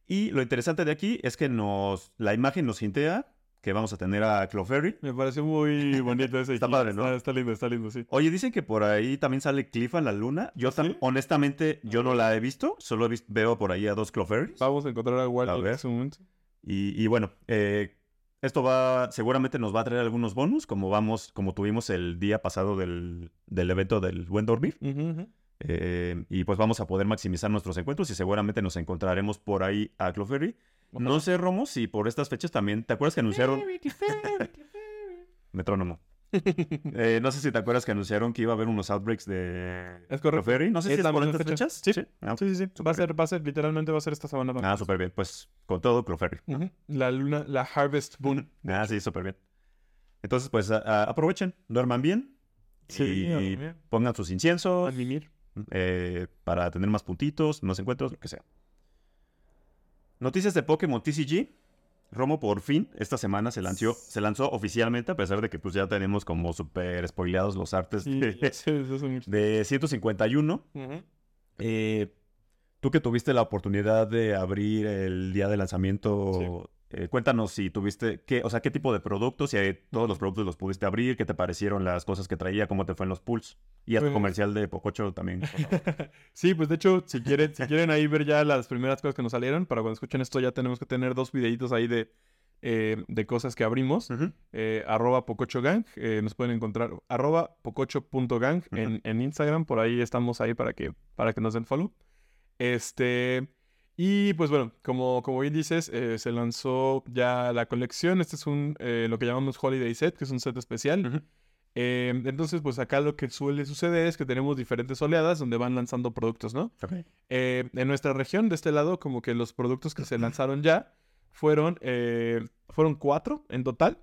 A: Y lo interesante de aquí es que nos, la imagen nos hintea que vamos a tener a Clefairy.
B: Me pareció muy bonito ese.
A: Está
B: gif.
A: padre, ¿no?
B: Está, está lindo, está lindo, sí.
A: Oye, dicen que por ahí también sale Cliff a la luna. Yo tam-
B: ¿Sí?
A: honestamente, yo no la he visto. Solo he vis- veo por ahí a dos Clefairies.
B: Vamos a encontrar a Wally
A: A ver.
B: en su momento.
A: Y, y bueno, eh, esto va, seguramente nos va a traer algunos bonus, como vamos, como tuvimos el día pasado del, del evento del Buen Dormir.
B: Ujú, ujú.
A: Eh, y pues vamos a poder maximizar nuestros encuentros y seguramente nos encontraremos por ahí a Clefairy.
B: Ojalá.
A: No sé, Romo, si por estas fechas también, ¿te acuerdas que anunciaron? Metrónomo. Eh, no sé si te acuerdas que anunciaron que iba a haber unos outbreaks de
B: Es correcto.
A: Clefairy. No sé
B: Es
A: si es
B: la
A: por
B: misma
A: estas
B: fecha.
A: fechas.
B: Sí.
A: Ah,
B: Sí, sí, sí. Va a ser, va a ser, literalmente va a ser esta semana. ¿no?
A: Ah, súper bien. Pues con todo, Clefairy.
B: Ujú. La luna, la Harvest Moon.
A: Ah, sí, súper bien. Entonces, pues a- a- aprovechen, duerman bien. y
B: a mimir.
A: pongan sus inciensos
B: A mimir.
A: eh, para tener más puntitos, más encuentros, lo que sea. Noticias de Pokémon TCG. Romo por fin esta semana se lanzó, se lanzó oficialmente, a pesar de que pues ya tenemos como súper spoileados los artes
B: Sí,
A: de,
B: sí, eso es un gif.
A: de 151.
B: Ujú.
A: Eh, tú que tuviste la oportunidad de abrir el día de lanzamiento, eh, cuéntanos si tuviste, qué, o sea, qué tipo de productos, si eh, todos los productos los pudiste abrir, qué te parecieron las cosas que traía, cómo te fue en los pulls. Y hasta
B: Pues-
A: comercial de Pococho también.
B: Sí, pues de hecho, si quieren, si quieren ahí ver ya las primeras cosas que nos salieron, para cuando escuchen esto ya tenemos que tener dos videitos ahí de, eh, de cosas que abrimos.
A: Ujú.
B: Eh, arroba pocochogang, eh, nos pueden encontrar arroba pococho.gang en, en Instagram, por ahí estamos ahí para que, para que nos den follow. Este, y pues bueno, como, como bien dices, eh, se lanzó ya la colección, este es un, eh, lo que llamamos Holiday Set, que es un set especial.
A: Ujú.
B: Eh, entonces, pues acá lo que suele suceder es que tenemos diferentes oleadas donde van lanzando productos, ¿no? Eh, en nuestra región, de este lado, como que los productos que se lanzaron ya fueron, eh, fueron cuatro en total.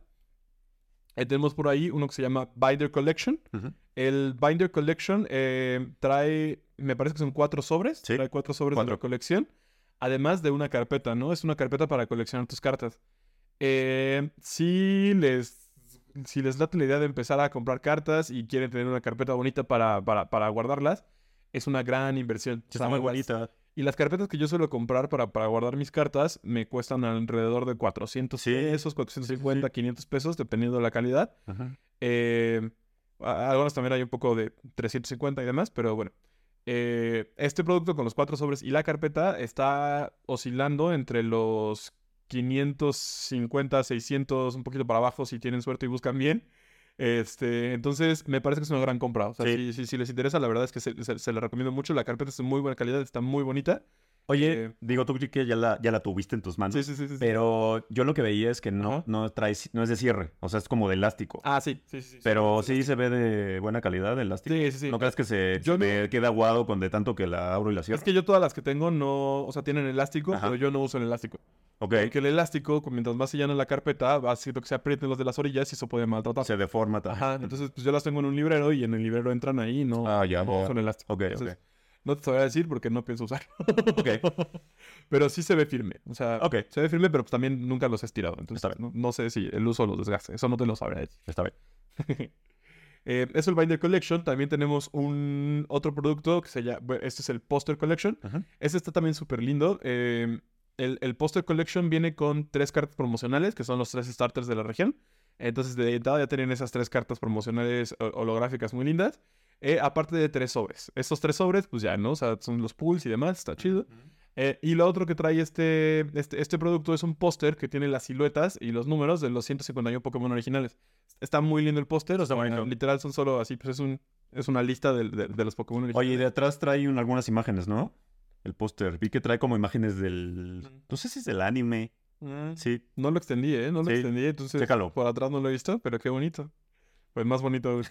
B: Eh, tenemos por ahí uno que se llama Binder Collection.
A: Ujú.
B: El Binder Collection eh, trae, me parece que son cuatro sobres.
A: Sí,
B: Trae cuatro sobres de
A: cuatro.
B: la colección. Además de una carpeta, ¿no? Es una carpeta para coleccionar tus cartas. Eh, si les si les late la idea de empezar a comprar cartas y quieren tener una carpeta bonita para, para, para guardarlas, es una gran inversión.
A: Está muy
B: Las-
A: bonita.
B: y las carpetas que yo suelo comprar para, para guardar mis cartas me cuestan alrededor de 400
A: Sí.
B: pesos, 450, 500 pesos, dependiendo de la calidad. Eh, a- algunas también hay un poco de 350 y demás, pero bueno. Eh, este producto con los cuatro sobres y la carpeta está oscilando entre los 550, 600, un poquito para abajo si tienen suerte y buscan bien. Este, entonces me parece que es una gran compra. O sea,
A: Sí.
B: si, si- si les interesa, la verdad es que se, se, se la recomiendo mucho. La carpeta es de muy buena calidad, está muy bonita.
A: Oye,
B: Eh,
A: digo, tú que ya la, ya la tuviste en tus manos.
B: Sí, sí, sí, sí, sí.
A: Pero yo lo que veía es que no,
B: Ajá.
A: no, trae, no es de cierre, o sea, es como de elástico.
B: Ah, sí, sí, sí. sí,
A: pero
B: sí,
A: sí se ve de buena calidad el elástico.
B: Sí, sí, sí.
A: ¿No crees que se
B: Yo
A: me queda aguado con de tanto que la abro y la cierro?
B: Es que yo todas las que tengo no, o sea, tienen elástico,
A: Ajá.
B: pero yo no uso el elástico.
A: Ok,
B: Porque el elástico, cu- mientras más se llena la carpeta, va haciendo que se aprieten los de las orillas y eso puede maltratar.
A: se deforma también.
B: Ajá, entonces pues yo las tengo en un librero y en el librero entran ahí y no,
A: Ah, ya.
B: no
A: ok,
B: son elástico.
A: ok.
B: Entonces, No te sabría decir porque no pienso usar.
A: Ok,
B: Pero sí se ve firme. O sea,
A: ok.
B: se ve firme, pero pues también nunca los he estirado. Entonces
A: Está bien.
B: no, no sé si el uso los desgaste. Eso no te lo sabría decir.
A: Está bien.
B: Eh, es el Binder Collection. También tenemos un otro producto que se llama. bueno, Este es el Poster Collection.
A: Ajá.
B: Este está también súper lindo. Eh, el, el Poster Collection viene con tres cartas promocionales, que son los tres starters de la región. Entonces, de entrada ya tienen esas tres cartas promocionales ho- holográficas muy lindas. Eh, aparte de tres sobres. Estos tres sobres, pues ya, ¿no? O sea, son los pools y demás, está chido. Eh, y lo otro que trae este, este, este producto es un póster que tiene las siluetas y los números de los 151 Pokémon originales. Está muy lindo el póster, o sea,
A: bonito.
B: literal son solo así, pues es, un, es una lista de, de- de los Pokémon originales.
A: Oye, y de atrás trae un- algunas imágenes, ¿no? El póster. Vi que trae como imágenes del. No sé si es del anime.
B: Mm.
A: Sí.
B: No lo extendí, ¿eh? No lo
A: Sí,
B: extendí, entonces
A: chécalo.
B: por atrás no lo he visto, pero qué bonito. Pues más bonito aún.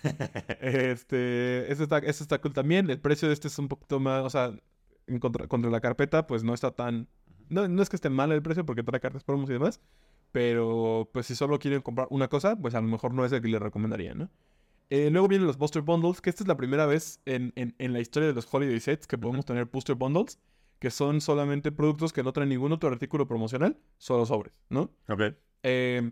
B: este, este, está, este está cool también. El precio de este es un poquito más, o sea, en contra, contra la carpeta, pues no está tan... No, no es que esté mal el precio porque trae cartas promos y demás, pero pues si solo quieren comprar una cosa, pues a lo mejor no es el que les recomendaría, ¿no? Eh, luego vienen los Buster Bundles, que esta es la primera vez en, en- en la historia de los Holiday Sets que podemos tener Booster Bundles, que son solamente productos que no traen ningún otro artículo promocional, solo sobres, ¿no?
A: Ok.
B: Eh,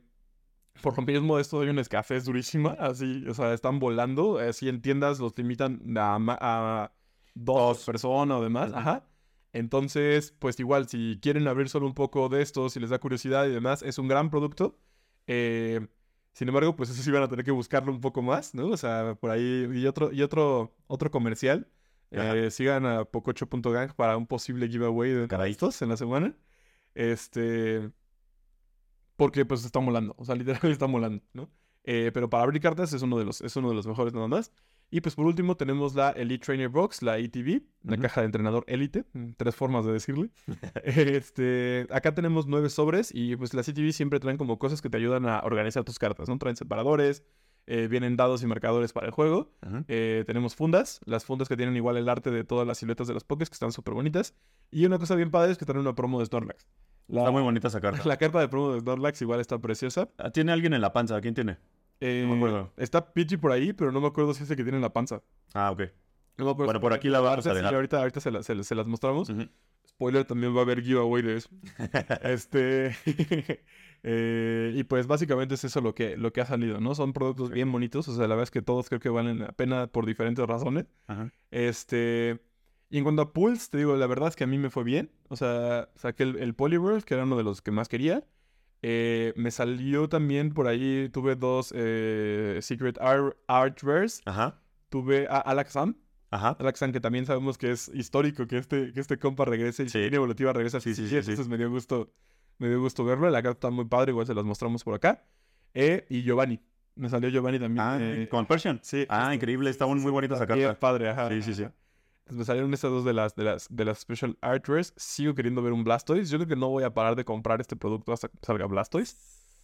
B: por lo mismo de esto hay unas cafés durísimas, así, o sea, están volando, así en tiendas los limitan a, ma- a dos, personas o demás,
A: Ujú.
B: ajá. Entonces, pues igual, si quieren abrir solo un poco de esto, si les da curiosidad y demás, es un gran producto. Eh, sin embargo, pues eso sí van a tener que buscarlo un poco más, ¿no? O sea, por ahí, y otro, y otro, otro comercial.
A: Ajá.
B: Eh, sigan a pococho.gang para un posible giveaway de
A: Caray.
B: estos en la semana. Este. Porque pues está molando. O sea, literal está molando, ¿no? Eh, pero para abrir cartas es uno de los, es uno de los mejores nada más. Y pues por último tenemos la Elite Trainer Box, la ETV, la
A: Ujú.
B: caja de entrenador Elite, mm, tres formas de decirle. este, acá tenemos nueve sobres y pues las ETV siempre traen como cosas que te ayudan a organizar tus cartas, ¿no? Traen separadores, eh, vienen dados y marcadores para el juego.
A: Ujú.
B: Eh, tenemos fundas, las fundas que tienen igual el arte de todas las siluetas de los pokés, que están súper bonitas. Y una cosa bien padre es que traen una promo de Snorlax.
A: Está
B: La,
A: muy bonita esa carta.
B: la carta de promo de Snorlax igual está preciosa.
A: Ah, Tiene alguien en la panza. ¿Quién tiene? me
B: Eh,
A: acuerdo.
B: Está Pidgey por ahí, pero no me acuerdo si es el que tiene en la panza.
A: Ah, ok.
B: Pues, No me acuerdo
A: Bueno,
B: si-
A: por aquí la vamos
B: Sí,
A: a dejar.
B: ahorita, ahorita se, la- se la- se las mostramos.
A: Ujú.
B: Spoiler, también va a haber giveaway de eso. este... eh, y pues básicamente es eso lo que, lo que ha salido, ¿no? Son productos bien bonitos, o sea, la verdad es que todos creo que valen la pena por diferentes razones.
A: Ajá.
B: Este. Y en cuanto a pools, te digo, la verdad es que a mí me fue bien. O sea, saqué el, el Polyworld, que era uno de los que más quería. Eh, me salió también por ahí, tuve dos eh, Secret Ar- Archwares.
A: Ajá.
B: Tuve a Alaxam.
A: Ajá.
B: Alaxam, que también sabemos que es histórico, que este, que este compa regrese y
A: Sí.
B: si tiene evolutiva regresa.
A: Sí,
B: Sí,
A: sí,
B: sí,
A: sí, sí.
B: Entonces me dio gusto, me dio gusto verlo. La carta está muy padre, igual se las mostramos por acá. Eh, y Giovanni. Me salió Giovanni también.
A: Ah,
B: eh,
A: con Persian.
B: sí,
A: Ah, increíble. Está muy muy bonita esa
B: Bien
A: carta.
B: padre, ajá.
A: Sí, sí, sí.
B: ajá. Entonces me salieron esas dos de las, de las, de las Special Archers. Sigo queriendo ver un Blastoise. Yo creo que no voy a parar de comprar este producto hasta que salga Blastoise.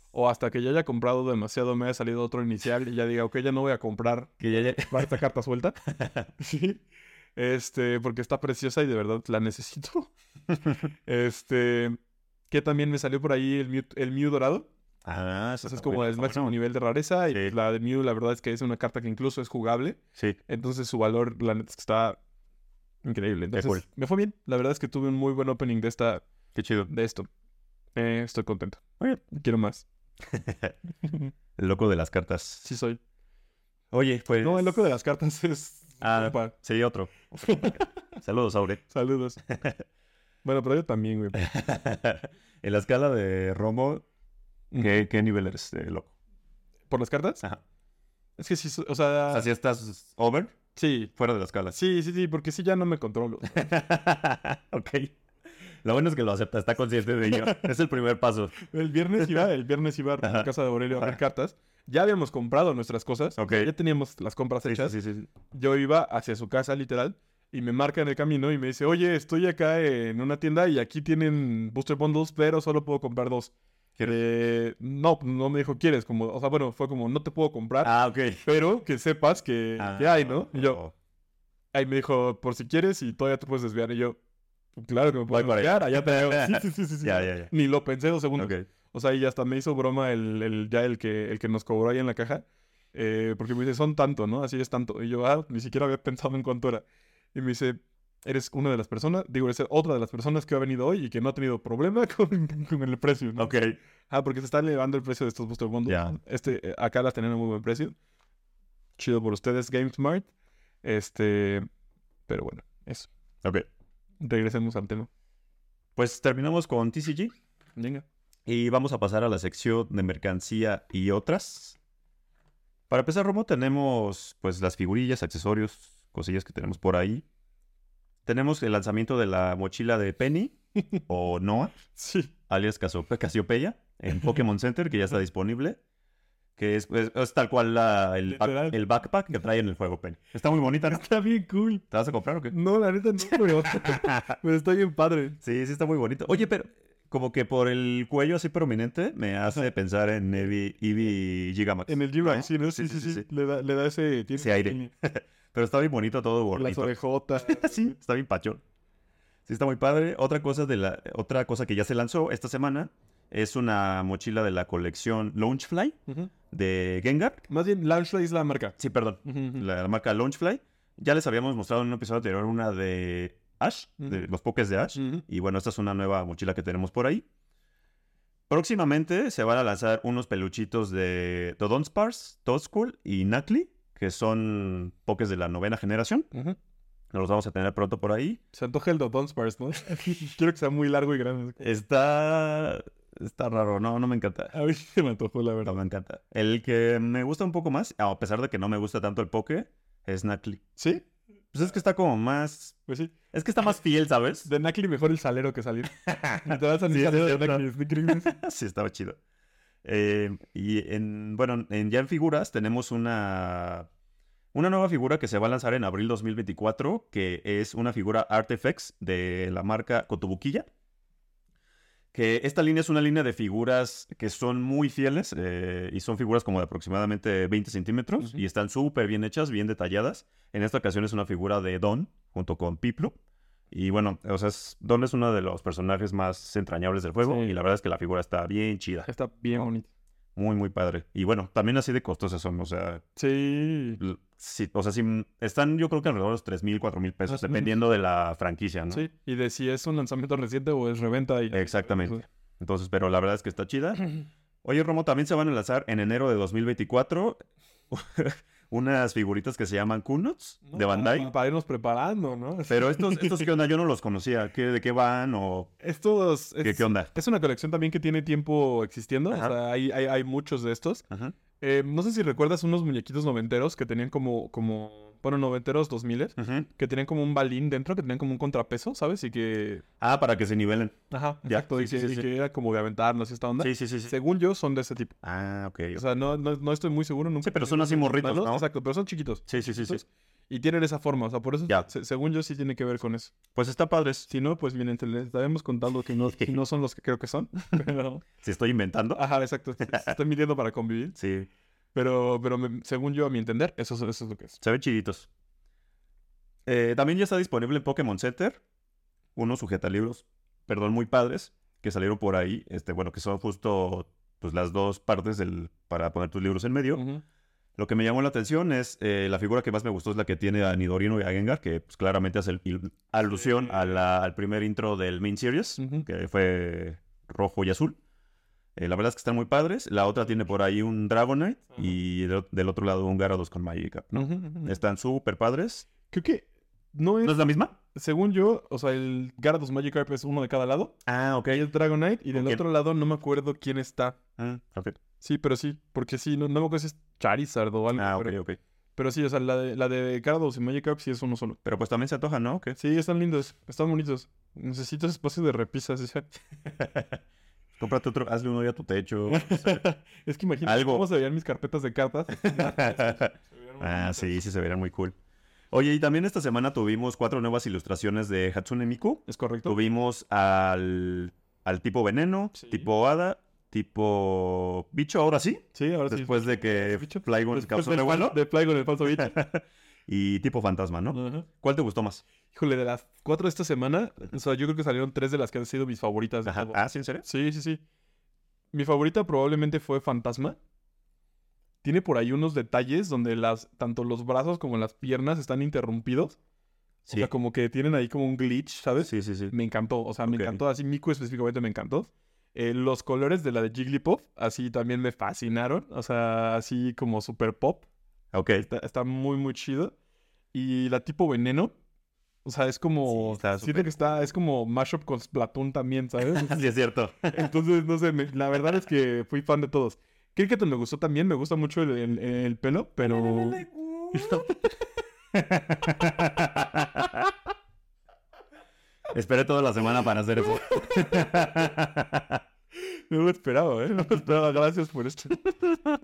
B: O hasta que ya haya comprado demasiado, me haya salido otro inicial y ya diga, ok, ya no voy a comprar
A: Que ya, ya-
B: para esta carta suelta. sí. Este, porque está preciosa y de verdad la necesito. este, que también me salió por ahí el Mew, el Mew dorado.
A: Ah, eso
B: Entonces es
A: está
B: como
A: bueno,
B: el
A: está
B: máximo
A: bueno.
B: nivel de rareza. Y
A: Sí.
B: pues la de Mew, la verdad es que es una carta que incluso es jugable.
A: Sí.
B: Entonces su valor, la neta, es que está increíble.
A: Qué cool.
B: Entonces, me fue bien. La verdad es que tuve un muy buen opening de, esta,
A: Qué chido.
B: de esto. Eh, estoy contento.
A: Oye.
B: Quiero más.
A: El loco de las cartas.
B: Sí soy.
A: Oye, pues.
B: No, el loco de las cartas es...
A: Ah.
B: Opa,
A: Sí, otro. Saludos, Aure.
B: saludos. bueno, pero yo también, güey.
A: en la escala de Romo, ¿qué, qué nivel eres de loco?
B: ¿Por las cartas?
A: Ajá.
B: Es que sí, so- o
A: O
B: sea...
A: sea, si estás over,
B: sí.
A: fuera de la escala.
B: Sí, sí, sí, porque sí ya no me controlo.
A: ok. Lo bueno es que lo acepta, está consciente de ello. es el primer paso.
B: El viernes iba, el viernes iba a la
A: Ajá.
B: casa de Aurelio a ver cartas. Ya habíamos comprado nuestras cosas.
A: Ok.
B: Ya teníamos las compras
A: Sí,
B: hechas.
A: sí, sí, sí.
B: yo iba hacia su casa, literal, y me marca en el camino y me dice, oye, estoy acá en una tienda y aquí tienen booster bundles, pero solo puedo comprar dos.
A: ¿Quieres?
B: Eh, no, no me dijo, ¿quieres? Como, o sea, bueno, fue como, no te puedo comprar,
A: Ah, ok.
B: pero que sepas que, que hay, ¿no? Y yo,
A: Oh.
B: ahí me dijo, por si quieres y todavía te puedes desviar. Y yo, claro que me
A: Voy
B: puedo
A: para
B: desviar, allá te veo". Sí, sí, sí, sí, sí.
A: Ya, ya, ya.
B: Ni lo pensé dos segundos.
A: Ok.
B: O sea, y hasta me hizo broma el, el- ya el que, el que nos cobró ahí en la caja. eh, porque me dice, son tanto, ¿no? Así es tanto. Y yo, ah, ni siquiera había pensado en cuánto era. Y me dice, eres una de las personas, digo, eres otra de las personas que ha venido hoy y que no ha tenido problema con, con el precio, ¿no?
A: Ok.
B: Ah, porque se está elevando el precio de estos Booster Bundles.
A: Ya.
B: Este, eh, acá las tienen a muy buen precio. Chido por ustedes, GameSmart. Este, pero bueno, eso.
A: Ok.
B: Regresemos al tema.
A: Pues terminamos con TCG
B: Venga.
A: y vamos a pasar a la sección de mercancía y otras. Para empezar, Romo, tenemos pues las figurillas, accesorios, cosillas que tenemos por ahí. Tenemos el lanzamiento de la mochila de Penny o Noah,
B: Sí.
A: alias Casio- Casiopeya, en Pokémon Center, que ya está disponible. Que es, pues, es- es tal cual la- el, pack-
B: Literal.
A: el backpack que trae en el juego, Penny. Está muy bonita, ¿no?
B: Está bien cool.
A: ¿Te vas a comprar o qué?
B: No, la neta no, pero, pero está bien padre.
A: Sí, sí está muy bonito. Oye, pero como que por el cuello así prominente me hace pensar en Eevee, Eevee Gigamax.
B: En el g
A: ¿No?
B: sí, ¿no? Sí, sí, sí.
A: Pues, sí.
B: Le, da, le da ese... Tiene
A: Ese aire.
B: tiene
A: Pero está bien bonito todo
B: Las
A: gordito.
B: orejotas.
A: sí, está bien pachón. Sí, está muy padre. Otra cosa, de la, otra cosa que ya se lanzó esta semana es una mochila de la colección Launchfly
B: Ujú.
A: de Gengar.
B: Más bien, Loungefly es la marca.
A: Sí, perdón.
B: Ujú, ujú.
A: La, la marca Launchfly. Ya les habíamos mostrado en un episodio anterior una de Ash, de
B: Ujú.
A: los pokés de Ash.
B: Ujú.
A: Y bueno, esta es una nueva mochila que tenemos por ahí. Próximamente se van a lanzar unos peluchitos de Dodonspars, Toadstool y Knuckly, que son pokés de la novena generación.
B: Ujú.
A: Los vamos a tener pronto por ahí.
B: Se antoja el Dodon Spars, ¿no? Quiero que sea muy largo y grande.
A: Está... Está raro, no, no me encanta.
B: A mí se me antojó, la
A: No
B: verdad.
A: me encanta. El que me gusta un poco más, a pesar de que no me gusta tanto el poke, es Knuckly.
B: ¿Sí?
A: Pues es que está como más...
B: Pues sí.
A: Es que está más fiel, ¿sabes?
B: De Knuckly mejor el salero que salir. Y te vas a
A: Sí, es
B: salero de
A: cierto.
B: Knuckly, es increíble.
A: sí, estaba chido. Eh, y en, bueno, en, ya en figuras tenemos una, una nueva figura que se va a lanzar en abril 2024, que es una figura Artifacts de la marca Cotobuquilla. Que esta línea es una línea de figuras que son muy fieles eh, y son figuras como de aproximadamente 20 centímetros
B: Ujú.
A: y están súper bien hechas, bien detalladas. En esta ocasión es una figura de Don junto con Piplo. Y bueno, o sea, es- Don es uno de los personajes más entrañables del juego
B: Sí.
A: y la verdad es que la figura está bien chida,
B: Está bien bonito.
A: muy, muy padre. Y bueno, también así de costosas son, o sea,
B: Sí.
A: l- sí, o sea, sí, mm, están yo creo que alrededor de los 3 mil, 4 mil pesos,
B: Más o menos.
A: dependiendo de la franquicia, ¿no?
B: Sí. Y de si es un lanzamiento reciente o es reventa. y-
A: Exactamente. Entonces, pero la verdad es que está chida. Oye, Romo, también se van a lanzar en enero de 2024 unas figuritas que se llaman Kunots
B: No,
A: de Bandai.
B: pa- Para irnos preparando, ¿no?
A: Pero estos, estos, ¿qué onda? Yo no los conocía. ¿Qué, ¿De qué van o
B: Estos... Es,
A: qué, qué onda?
B: es una colección también que tiene tiempo existiendo.
A: Ajá.
B: O sea, hay, hay, hay muchos de estos.
A: Ajá.
B: Eh, no sé si recuerdas unos muñequitos noventeros que tenían como... como bueno, noventeros, dos miles.
A: Ujú.
B: Que tenían como un balín dentro, que tenían como un contrapeso, ¿sabes? Y que...
A: Ah, para que se nivelen.
B: Ajá,
A: Ya,
B: exacto. y
A: sí, sí,
B: que,
A: sí,
B: y
A: sí.
B: que era como de aventarnos y esta onda.
A: Sí, sí, sí. sí.
B: Según yo, son de ese tipo.
A: Ah, ok.
B: O sea, no, no, no estoy muy seguro nunca.
A: Sí, pero son así morritos,
B: Malos,
A: ¿no?
B: Exacto, pero son chiquitos.
A: Sí, sí, sí, sí.
B: Entonces, Y tienen esa forma, o sea, por eso,
A: Ya.
B: se- según yo, sí tiene que ver con eso.
A: Pues está padres.
B: Si no, pues bien, te les estaremos contando que no, que no son los que creo que son. Pero,
A: Si estoy inventando.
B: ajá, exacto. Se, se están midiendo para convivir.
A: Sí,
B: Pero, pero me- según yo, a mi entender, eso, es- eso es lo que es.
A: se ven chiditos. Eh, también ya está disponible en Pokémon Center unos sujetalibros, perdón, muy padres, que salieron por ahí. Este, bueno, que son justo pues, las dos partes del, para poner tus libros en medio.
B: Ujú.
A: Lo que me llamó la atención es eh, la figura que más me gustó es la que tiene a Nidorino y a Gengar, que pues, claramente hace el- il- alusión a la- al primer intro del main series,
B: Ujú.
A: que fue rojo y azul. Eh, la verdad es que están muy padres. La otra tiene por ahí un Dragonite
B: Ajá.
A: y del, del otro lado un Gyarados con Magikarp, ¿no?
B: Ujú, ujú.
A: Están súper padres.
B: Este, Creo que no es,
A: ¿No es la misma?
B: según yo, o sea, el Gyarados Magikarp es uno de cada lado.
A: Ah, ok.
B: Y el Dragonite, y del
A: Ok.
B: otro lado no me acuerdo quién está.
A: Ah, perfecto.
B: Sí, pero sí, porque sí, no, no me acuerdo si es Charizard o algo.
A: Ah,
B: Mm, pero-
A: ok, ok.
B: Pero sí, o sea, la de, la de Cardos y Magikarp sí es uno solo.
A: Pero pues también se antoja, ¿no? ¿Qué?
B: Sí, están lindos, están bonitos. Necesito espacio de repisas. o sea.
A: Cómprate otro, hazle uno ya a tu techo.
B: es que imagínate
A: Algo.
B: cómo se veían mis carpetas de cartas. Se veían muy
A: Ah,
B: bonitas.
A: sí, sí, se verán muy cool. Oye, y también esta semana tuvimos cuatro nuevas ilustraciones de Hatsune Miku.
B: Es correcto.
A: Tuvimos al, al tipo veneno,
B: Sí.
A: tipo hada, tipo bicho, ahora sí.
B: Sí, ahora sí.
A: Después de que
B: Bicho.
A: Flygon
B: Después
A: causó
B: del fal-
A: revuelo.
B: De Flygon, el falso bicho.
A: Y tipo fantasma, ¿no?
B: Ajá.
A: ¿Cuál te gustó más?
B: Híjole, de las cuatro de esta semana, o sea, yo creo que salieron tres de las que han sido mis favoritas. de
A: Ajá.
B: todo.
A: Ah, ¿sí, en serio?
B: Sí, sí, sí. Mi favorita probablemente fue Fantasma. Tiene por ahí unos detalles donde las, tanto los brazos como las piernas están interrumpidos. O
A: Sí.
B: sea, como que tienen ahí como un glitch, ¿sabes?
A: Sí, sí, sí.
B: Me encantó. O sea,
A: Ok.
B: me encantó. Así Miku específicamente me encantó. Eh, los colores de la de Jigglypuff, así también me fascinaron. O sea, así como super pop.
A: Ok.
B: Está, está muy, muy chido. Y la tipo veneno. O sea, es
A: Sí,
B: como...
A: está
B: siento
A: súper
B: que está... Es como mashup con Splatoon también, ¿sabes?
A: Sí, es cierto.
B: Entonces, no sé, me- la verdad es que fui fan de todos. Cricketon me gustó también, me gusta mucho el, el- el pelo, pero...
A: Esperé toda la semana para hacer eso.
B: No lo esperaba, ¿eh? No lo esperaba. Gracias por esto.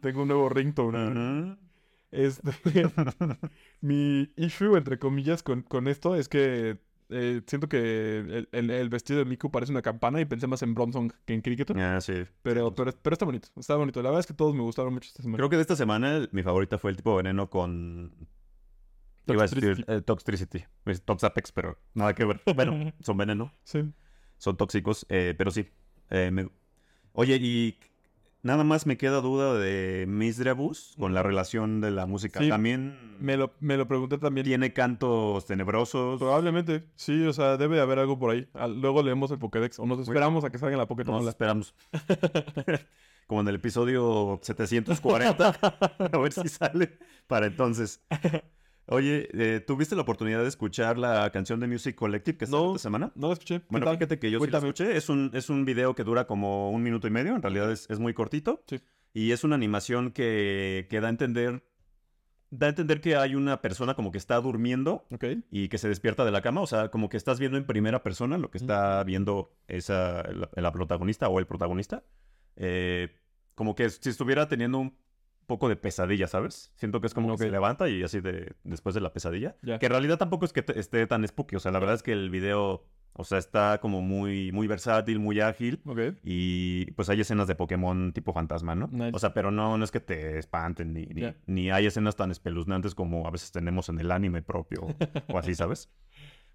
B: Tengo un nuevo ringtone. Este, mi issue, entre comillas, con, con esto es que eh, siento que el, el- el vestido de Miku parece una campana y pensé más en Bronson que en Cricket.
A: Ah, sí.
B: Pero, pero, pero está bonito, está bonito. La verdad es que todos me gustaron mucho esta semana.
A: Creo que de esta semana el- mi favorita fue el tipo veneno con. Iba a decir
B: Toxtricity.
A: eh, Toxtricity. Es Toxapex, pero nada que ver. Bueno, son veneno,
B: Sí.
A: son tóxicos, eh, pero sí. eh, me- Oye, y nada más me queda duda de Miss Drebus con la relación de la música.
B: Sí,
A: También
B: Me lo, me lo pregunté también.
A: tiene cantos tenebrosos.
B: Probablemente, sí, o sea, debe de haber algo por ahí. Ah, Luego leemos el Pokédex o nos esperamos a que salga en la Pokédex.
A: Nos esperamos. Como en el episodio 740. A ver si sale para entonces. Oye, eh, ¿tuviste la oportunidad de escuchar la canción de Music Collective que salió
B: No.
A: esta semana?
B: No lo escuché. ¿Qué
A: Bueno,
B: tal?
A: fíjate que yo sí la
B: Cuéntame.
A: escuché. Es un, es un video que dura como un minuto y medio. En realidad es, es muy cortito.
B: Sí.
A: Y es una animación que, que da a entender... Da a entender que hay una persona como que está durmiendo
B: Ok.
A: y que se despierta de la cama. O sea, como que estás viendo en primera persona lo que
B: Ujú.
A: está viendo esa, la, la protagonista o el protagonista. Eh, como que si estuviera teniendo un poco de pesadilla, ¿sabes? Siento que es como que
B: Ok.
A: se levanta y así de, después de la pesadilla.
B: Ya.
A: Que en realidad tampoco es que te- esté tan spooky. O sea, la verdad es que el video, o sea, está como muy, muy versátil, muy ágil.
B: Ok.
A: Y pues hay escenas de Pokémon tipo fantasma, ¿no?
B: Nice.
A: O sea, pero no, no es que te espanten, ni, ni,
B: Ya.
A: ni hay escenas tan espeluznantes como a veces tenemos en el anime propio o así, ¿sabes?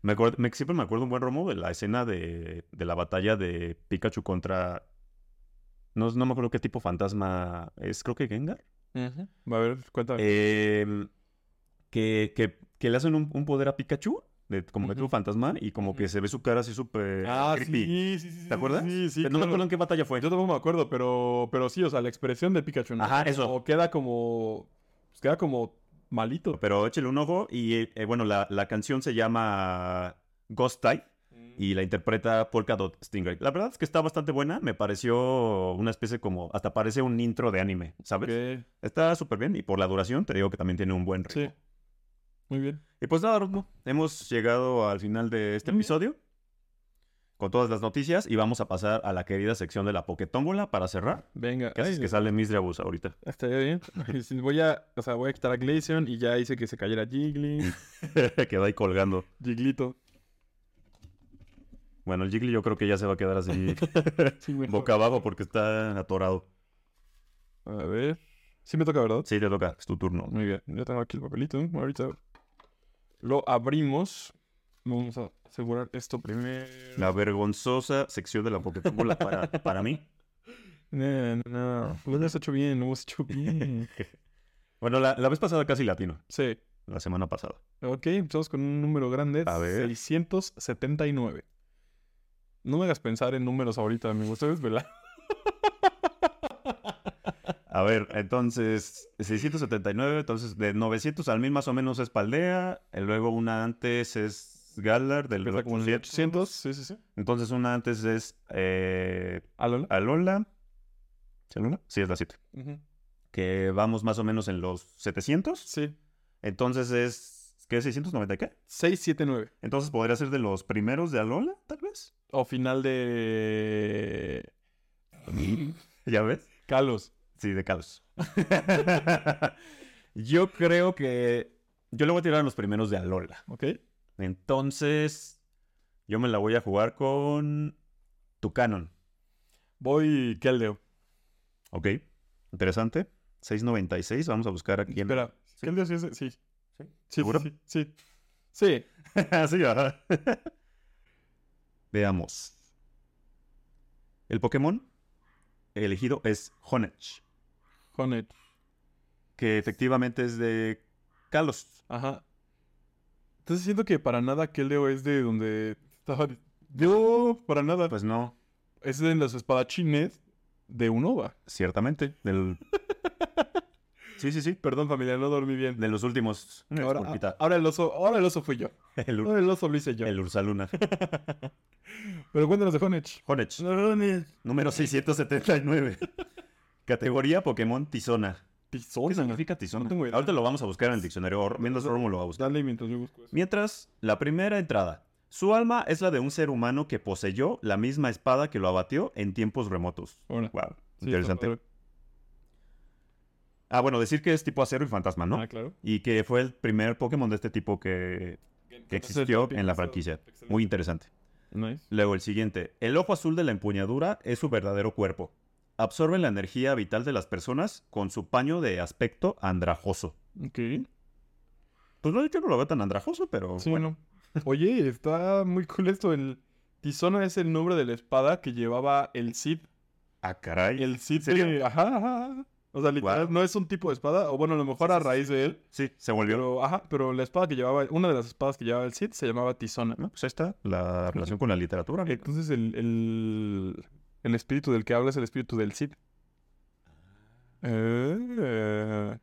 A: Me acuerdo, me, siempre me acuerdo un buen romo de la escena de, de la batalla de Pikachu contra. No, no me acuerdo qué tipo fantasma es, creo que Gengar.
B: A ver, cuéntame.
A: Eh, que, que, que le hacen un, un poder a Pikachu, de, como que
B: Ujú.
A: tipo fantasma, y como que
B: Ujú.
A: se ve su cara así súper
B: ah,
A: creepy.
B: sí, sí, sí, sí.
A: ¿Te acuerdas?
B: Sí, sí.
A: Pero no me
B: claro.
A: acuerdo en qué batalla fue.
B: Yo tampoco me acuerdo, pero, pero sí, o sea, la expresión de Pikachu. ¿no?
A: Ajá, eso.
B: Como queda como. pues queda como malito.
A: Pero échale un ojo. Y eh, eh, bueno, la, la canción se llama Ghost Type y la interpreta Polka Dot Stingray. La verdad es que está bastante buena. Me pareció una especie como. Hasta parece un intro de anime, ¿sabes?
B: Ok,
A: Está súper bien. Y por la duración, te digo que también tiene un buen ritmo.
B: Sí. Muy bien.
A: Y pues nada, Rosmo, hemos llegado al final de este
B: Muy bien.
A: episodio con todas las noticias y vamos a pasar a la querida sección de la Poketómbola para cerrar.
B: Venga.
A: Que,
B: ay,
A: es que sale Miss Drabus ahorita.
B: Estaría bien. Ay, sí, Voy a, o sea, voy a quitar a Glaceon y ya hice que se cayera Jiggly.
A: Queda ahí colgando.
B: Jiglito.
A: Bueno, el Jiggly yo creo que ya se va a quedar así
B: Sí, mejor.
A: boca abajo porque está atorado.
B: A ver. Sí me toca, ¿verdad?
A: Sí, te toca, es tu turno.
B: Muy bien. Ya tengo aquí el papelito. Ahorita lo abrimos. Vamos a asegurar esto primero.
A: La vergonzosa sección de la Poketómbola para, para mí.
B: No, no, Pues no. Lo has hecho bien, lo hemos hecho bien.
A: Bueno, la, la vez pasada casi latino,
B: Sí.
A: la semana pasada.
B: Ok, empezamos con un número grande.
A: A ver.
B: 679. No me hagas pensar en números ahorita, amigo. Ustedes, ¿verdad?
A: A ver, entonces, 679, entonces de 900 al 1000 más o menos es Paldea, y luego una antes es Galar, del
B: Empieza como en el
A: 800,
B: 800. Sí, sí, sí.
A: entonces una antes es eh,
B: Alola.
A: Alola, ¿Sí, Alola? Sí, es la 7,
B: Ujú.
A: que vamos más o menos en los 700,
B: Sí.
A: entonces es, ¿qué? ¿690 qué?
B: 679.
A: Entonces podría ser de los primeros de Alola, tal vez,
B: O Oh, final de.
A: ¿ya ves?
B: Kalos.
A: Sí, de caos. yo creo que, yo le voy a tirar a los primeros de Alola.
B: ¿Ok?
A: Entonces, yo me la voy a jugar con tu canon.
B: Voy Keldeo.
A: Ok, interesante. 696, vamos a buscar aquí. en-
B: Espera.
A: Sí.
B: Keldeo sí es. Sí. Sí,
A: ¿Sí?
B: sí,
A: ¿Seguro?
B: sí. Sí. Sí.
A: Sí, ajá. Veamos. El Pokémon elegido es Honech,
B: Honet.
A: que efectivamente es de Kalos.
B: Ajá. Entonces siento que para nada Keldeo es de donde estaba.
A: Yo...
B: Para nada.
A: Pues no,
B: Es de los espadachines de Unova.
A: ciertamente. Del... Sí, sí, sí.
B: Perdón, familia, no dormí bien.
A: De los últimos. Una
B: Ahora, ah,
A: disculpita.
B: a- ahora el oso, ahora el oso fui yo.
A: El, Ur-
B: Ahora el oso lo hice yo.
A: el Ursaluna.
B: Pero cuéntanos de Honech.
A: Honech. Número 679. Categoría Pokémon Tizona.
B: Tizona.
A: ¿Qué significa Tizona?
B: No tengo idea.
A: Ahorita lo vamos a buscar en el diccionario. or- Mientras Romo lo va a buscar.
B: Dale mientras yo busco eso.
A: Mientras, la primera entrada. Su alma es la de un ser humano que poseyó la misma espada que lo abatió en tiempos remotos.
B: Órale.
A: Wow,
B: Sí,
A: interesante.
B: está padre.
A: Ah, bueno, decir que es tipo acero y fantasma, ¿no?
B: Ah, claro.
A: Y que fue el primer Pokémon de este tipo que... que existió en la franquicia. Muy interesante.
B: Nice.
A: Luego el siguiente. El ojo azul de la empuñadura es su verdadero cuerpo. Absorben la energía vital de las personas con su paño de aspecto andrajoso.
B: Ok.
A: Pues no, yo no lo veo tan andrajoso, pero
B: Sí,
A: bueno.
B: no. Oye, está muy cool esto. El Tizona es el nombre de la espada que llevaba el Cid.
A: Ah, caray.
B: El Cid.
A: serio?
B: de- Ajá, ajá. O sea, literal,
A: Guau.
B: no es un tipo de espada. O bueno, a lo mejor a raíz de él.
A: Sí, se volvió.
B: Pero, ajá, pero la espada que llevaba, una de las espadas que llevaba el Cid se llamaba Tizona.
A: No, pues ahí está la relación con la literatura. mira.
B: Entonces el, el, el espíritu del que habla es el espíritu del Cid.
A: Ah.
B: Eh,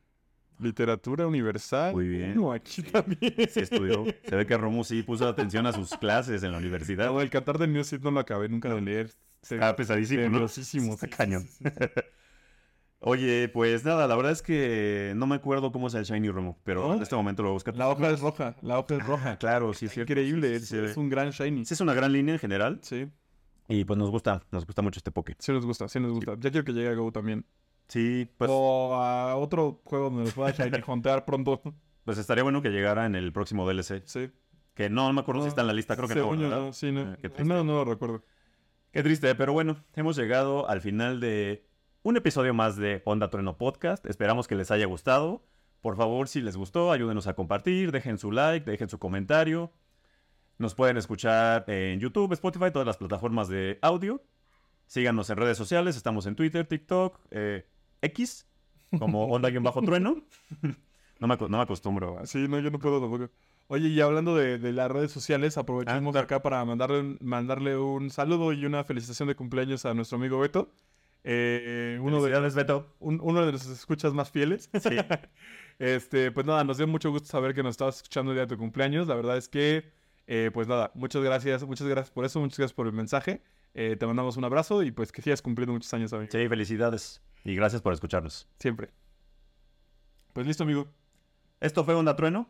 B: literatura universal.
A: Muy bien.
B: No, aquí
A: Sí.
B: también.
A: Sí estudió. Se ve que Romo sí puso atención a sus clases en la universidad.
B: No, el cantar del New Cid no lo acabé nunca de leer. Se-
A: Estaba pesadísimo, ¿no?
B: Temerosísimo.
A: Está
B: Sí, sí,
A: cañón.
B: sí, sí, sí.
A: Oye, pues nada, la verdad es que no me acuerdo cómo es el Shiny Romo, pero
B: ¿No?
A: en este momento lo busca.
B: Oh. La hoja es roja, la hoja es roja.
A: Ah, Claro, sí, es cierto.
B: Increíble,
A: Sí,
B: es,
A: sí, se ve.
B: es un gran shiny.
A: Sí, es una gran línea en general.
B: Sí,
A: Y pues nos gusta, nos gusta mucho este poke.
B: sí nos gusta, sí nos gusta. Ya quiero que llegue a Go también.
A: Sí, pues,
B: o a otro juego donde nos pueda shiny huntear pronto.
A: pues estaría bueno que llegara en el próximo DLC.
B: Sí.
A: Que no, no me acuerdo
B: No,
A: si está en la lista, creo que no,
B: Según yo,
A: ¿verdad?
B: no, sí, no.
A: Ah, qué triste.
B: no, no lo recuerdo.
A: Qué triste, pero bueno, hemos llegado al final de un episodio más de Onda Trueno Podcast. Esperamos que les haya gustado. Por favor, si les gustó, ayúdenos a compartir, dejen su like, dejen su comentario. Nos pueden escuchar en YouTube, Spotify, todas las plataformas de audio. Síganos en redes sociales, estamos en Twitter, TikTok, eh, X, como Onda-Trueno. No me, acu- no me acostumbro. a-
B: Sí, no, yo no puedo tampoco. Oye, y hablando de, de las redes sociales, aprovechamos acá para mandarle, un- mandarle un saludo y una felicitación de cumpleaños a nuestro amigo Beto. Eh, uno, de,
A: Felicidades, Beto.
B: un- uno de nuestros escuchas más fieles.
A: Sí.
B: Este, pues nada, nos dio mucho gusto saber que nos estabas escuchando el día de tu cumpleaños. La verdad es que, eh, pues nada, muchas gracias, muchas gracias por eso, muchas gracias por el mensaje. Eh, te mandamos un abrazo y pues que sigas cumpliendo muchos años, amigo.
A: Sí, felicidades. Y gracias por escucharnos.
B: Siempre. Pues listo, amigo.
A: Esto fue Onda Trueno.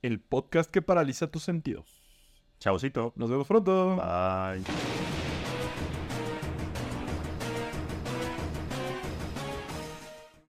B: El podcast que paraliza tus sentidos.
A: Chaucito.
B: Nos vemos pronto.
A: Bye.